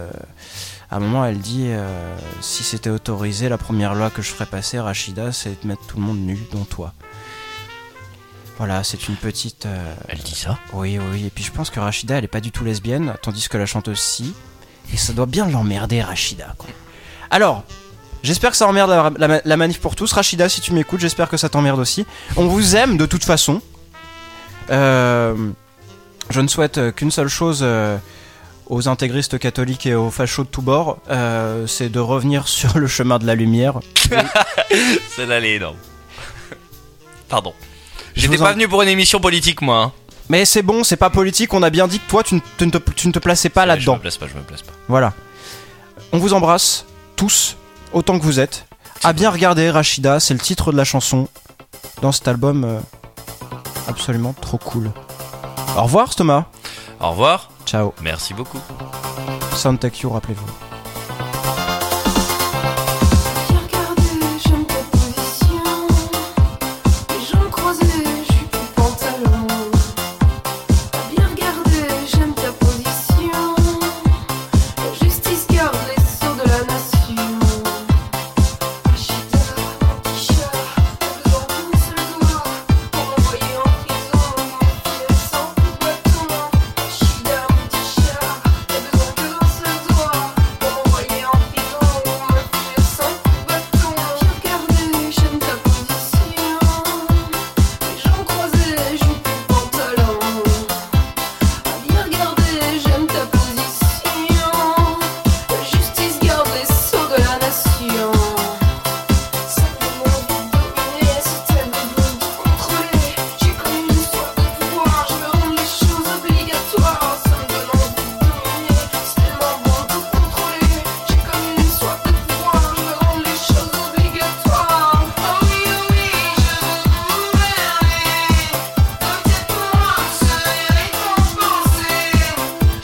À un moment, elle dit euh, si c'était autorisé, la première loi que je ferais passer, Rachida, c'est de mettre tout le monde nu, dont toi. Voilà, c'est une petite. euh,
Elle dit ça
oui, oui, oui. Et puis je pense que Rachida, elle est pas du tout lesbienne, tandis que la chanteuse, si. Et ça doit bien l'emmerder, Rachida. quoi. Alors, j'espère que ça emmerde la, la- la manif pour tous. Rachida, si tu m'écoutes, j'espère que ça t'emmerde aussi. On vous aime de toute façon. Euh, je ne souhaite euh, qu'une seule chose euh, aux intégristes catholiques et aux fachos de tous bords, euh, c'est de revenir [laughs] sur le chemin de la lumière.
Celle-là, elle est énorme. [laughs] Pardon.
Je
J'étais
vous
pas
en-
venu pour une émission politique, moi. hein.
Mais c'est bon, c'est pas politique, on a bien dit que toi, tu ne- tu ne te- tu ne te plaçais pas
Je
Ah, là-dedans.
me place pas, je me place pas.
Voilà. On vous embrasse tous, autant que vous êtes. À bien regarder Rachida, c'est le titre de la chanson dans cet album euh, absolument trop cool. Au revoir Thomas.
Au revoir.
Ciao.
Merci beaucoup.
Soundtech You, rappelez-vous.
J'ai regardé les jeunes propositions, les jambes croisées, jupes et pantalons. T'as bien regardé, j'aime ta position. La justice garde les sceaux de la nation. Rachida, Tisha, leur une seule doigt pour envoyer en prison une fille sans coup de bâton. Rachida, Tisha, t'as besoin que d'un seul doigt pour envoyer en prison une fille sans coup de bâton. J'ai regardé, j'aime ta position. Les jambes croisées, jupes et pantalons. Bien regardé, j'aime ta position. La justice garde les sceaux de la nation. Simplement vous dominer, système de vous contrôler. J'ai connu une histoire de pouvoir, je veux rendre les choses obligatoires. Simplement vous dominer, système de vous contrôler. J'ai connu une histoire de pouvoir, je veux rendre les choses obligatoires. Oh oui, oh oui, je veux vous gouverner. Votez pour moi, je vais récompenser. Je vais transformer le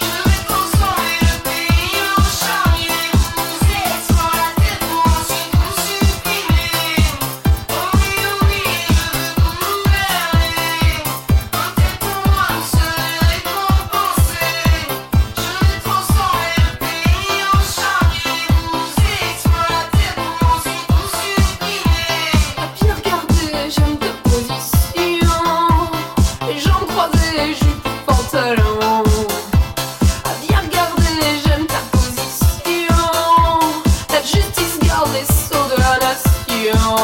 pays en charnier. Vous êtes sur la tête pour ensuite vous supprimer. Oh oui, oh oui, je veux vous gouverner. Votez pour moi, je vais récompenser. Je vais transformer le pays en charnier. Vous êtes sur la tête pour ensuite vous supprimer. À bien regarder, j'aime ta position. Les jambes croisées, jupes et pantalons. À bien regarder, j'aime ta position. La justice garde les sceaux de la nation.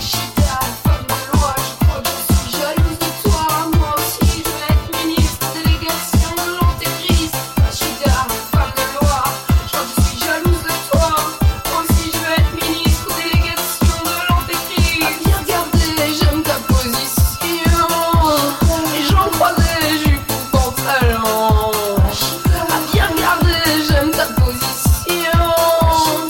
Chita, femme de loi, je crois que je suis jalouse de toi. Moi aussi, je vais être ministre, délégation de l'antéchrist. Chita, femme de loi, je crois que je suis jalouse de toi. Moi aussi, je vais être ministre, délégation de l'antéchrist. Viens regarder, j'aime ta position. Les jambes croisées, jupes ou pantalon. Viens regarder, j'aime ta position.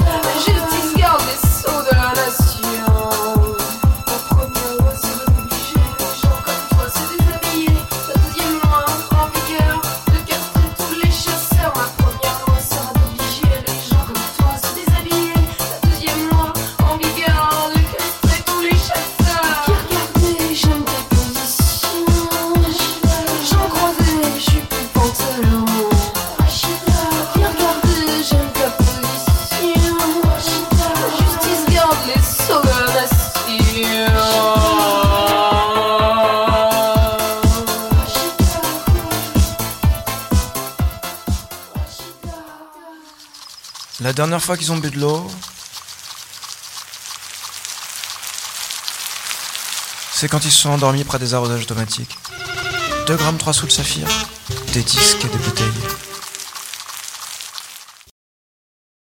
La justice garde les sceaux de la nation. La première loi, c'est d'obliger les gens comme toi à se déshabiller. La deuxième loi, en vigueur, de castrer tous les chasseurs. La première loi, sera d'obliger les gens comme toi à se déshabiller. La deuxième loi, en vigueur, de castrer tous les chasseurs. Regardez, j'aime ta position. J'en croisais, je suis plus pantalon. Viens regarder, j'aime ta position. La justice garde les sceaux de la nation.
La dernière fois qu'ils ont bu de l'eau, c'est quand ils se sont endormis près des arrosages automatiques. 2 grammes 3 sous le saphir, des disques et des bouteilles.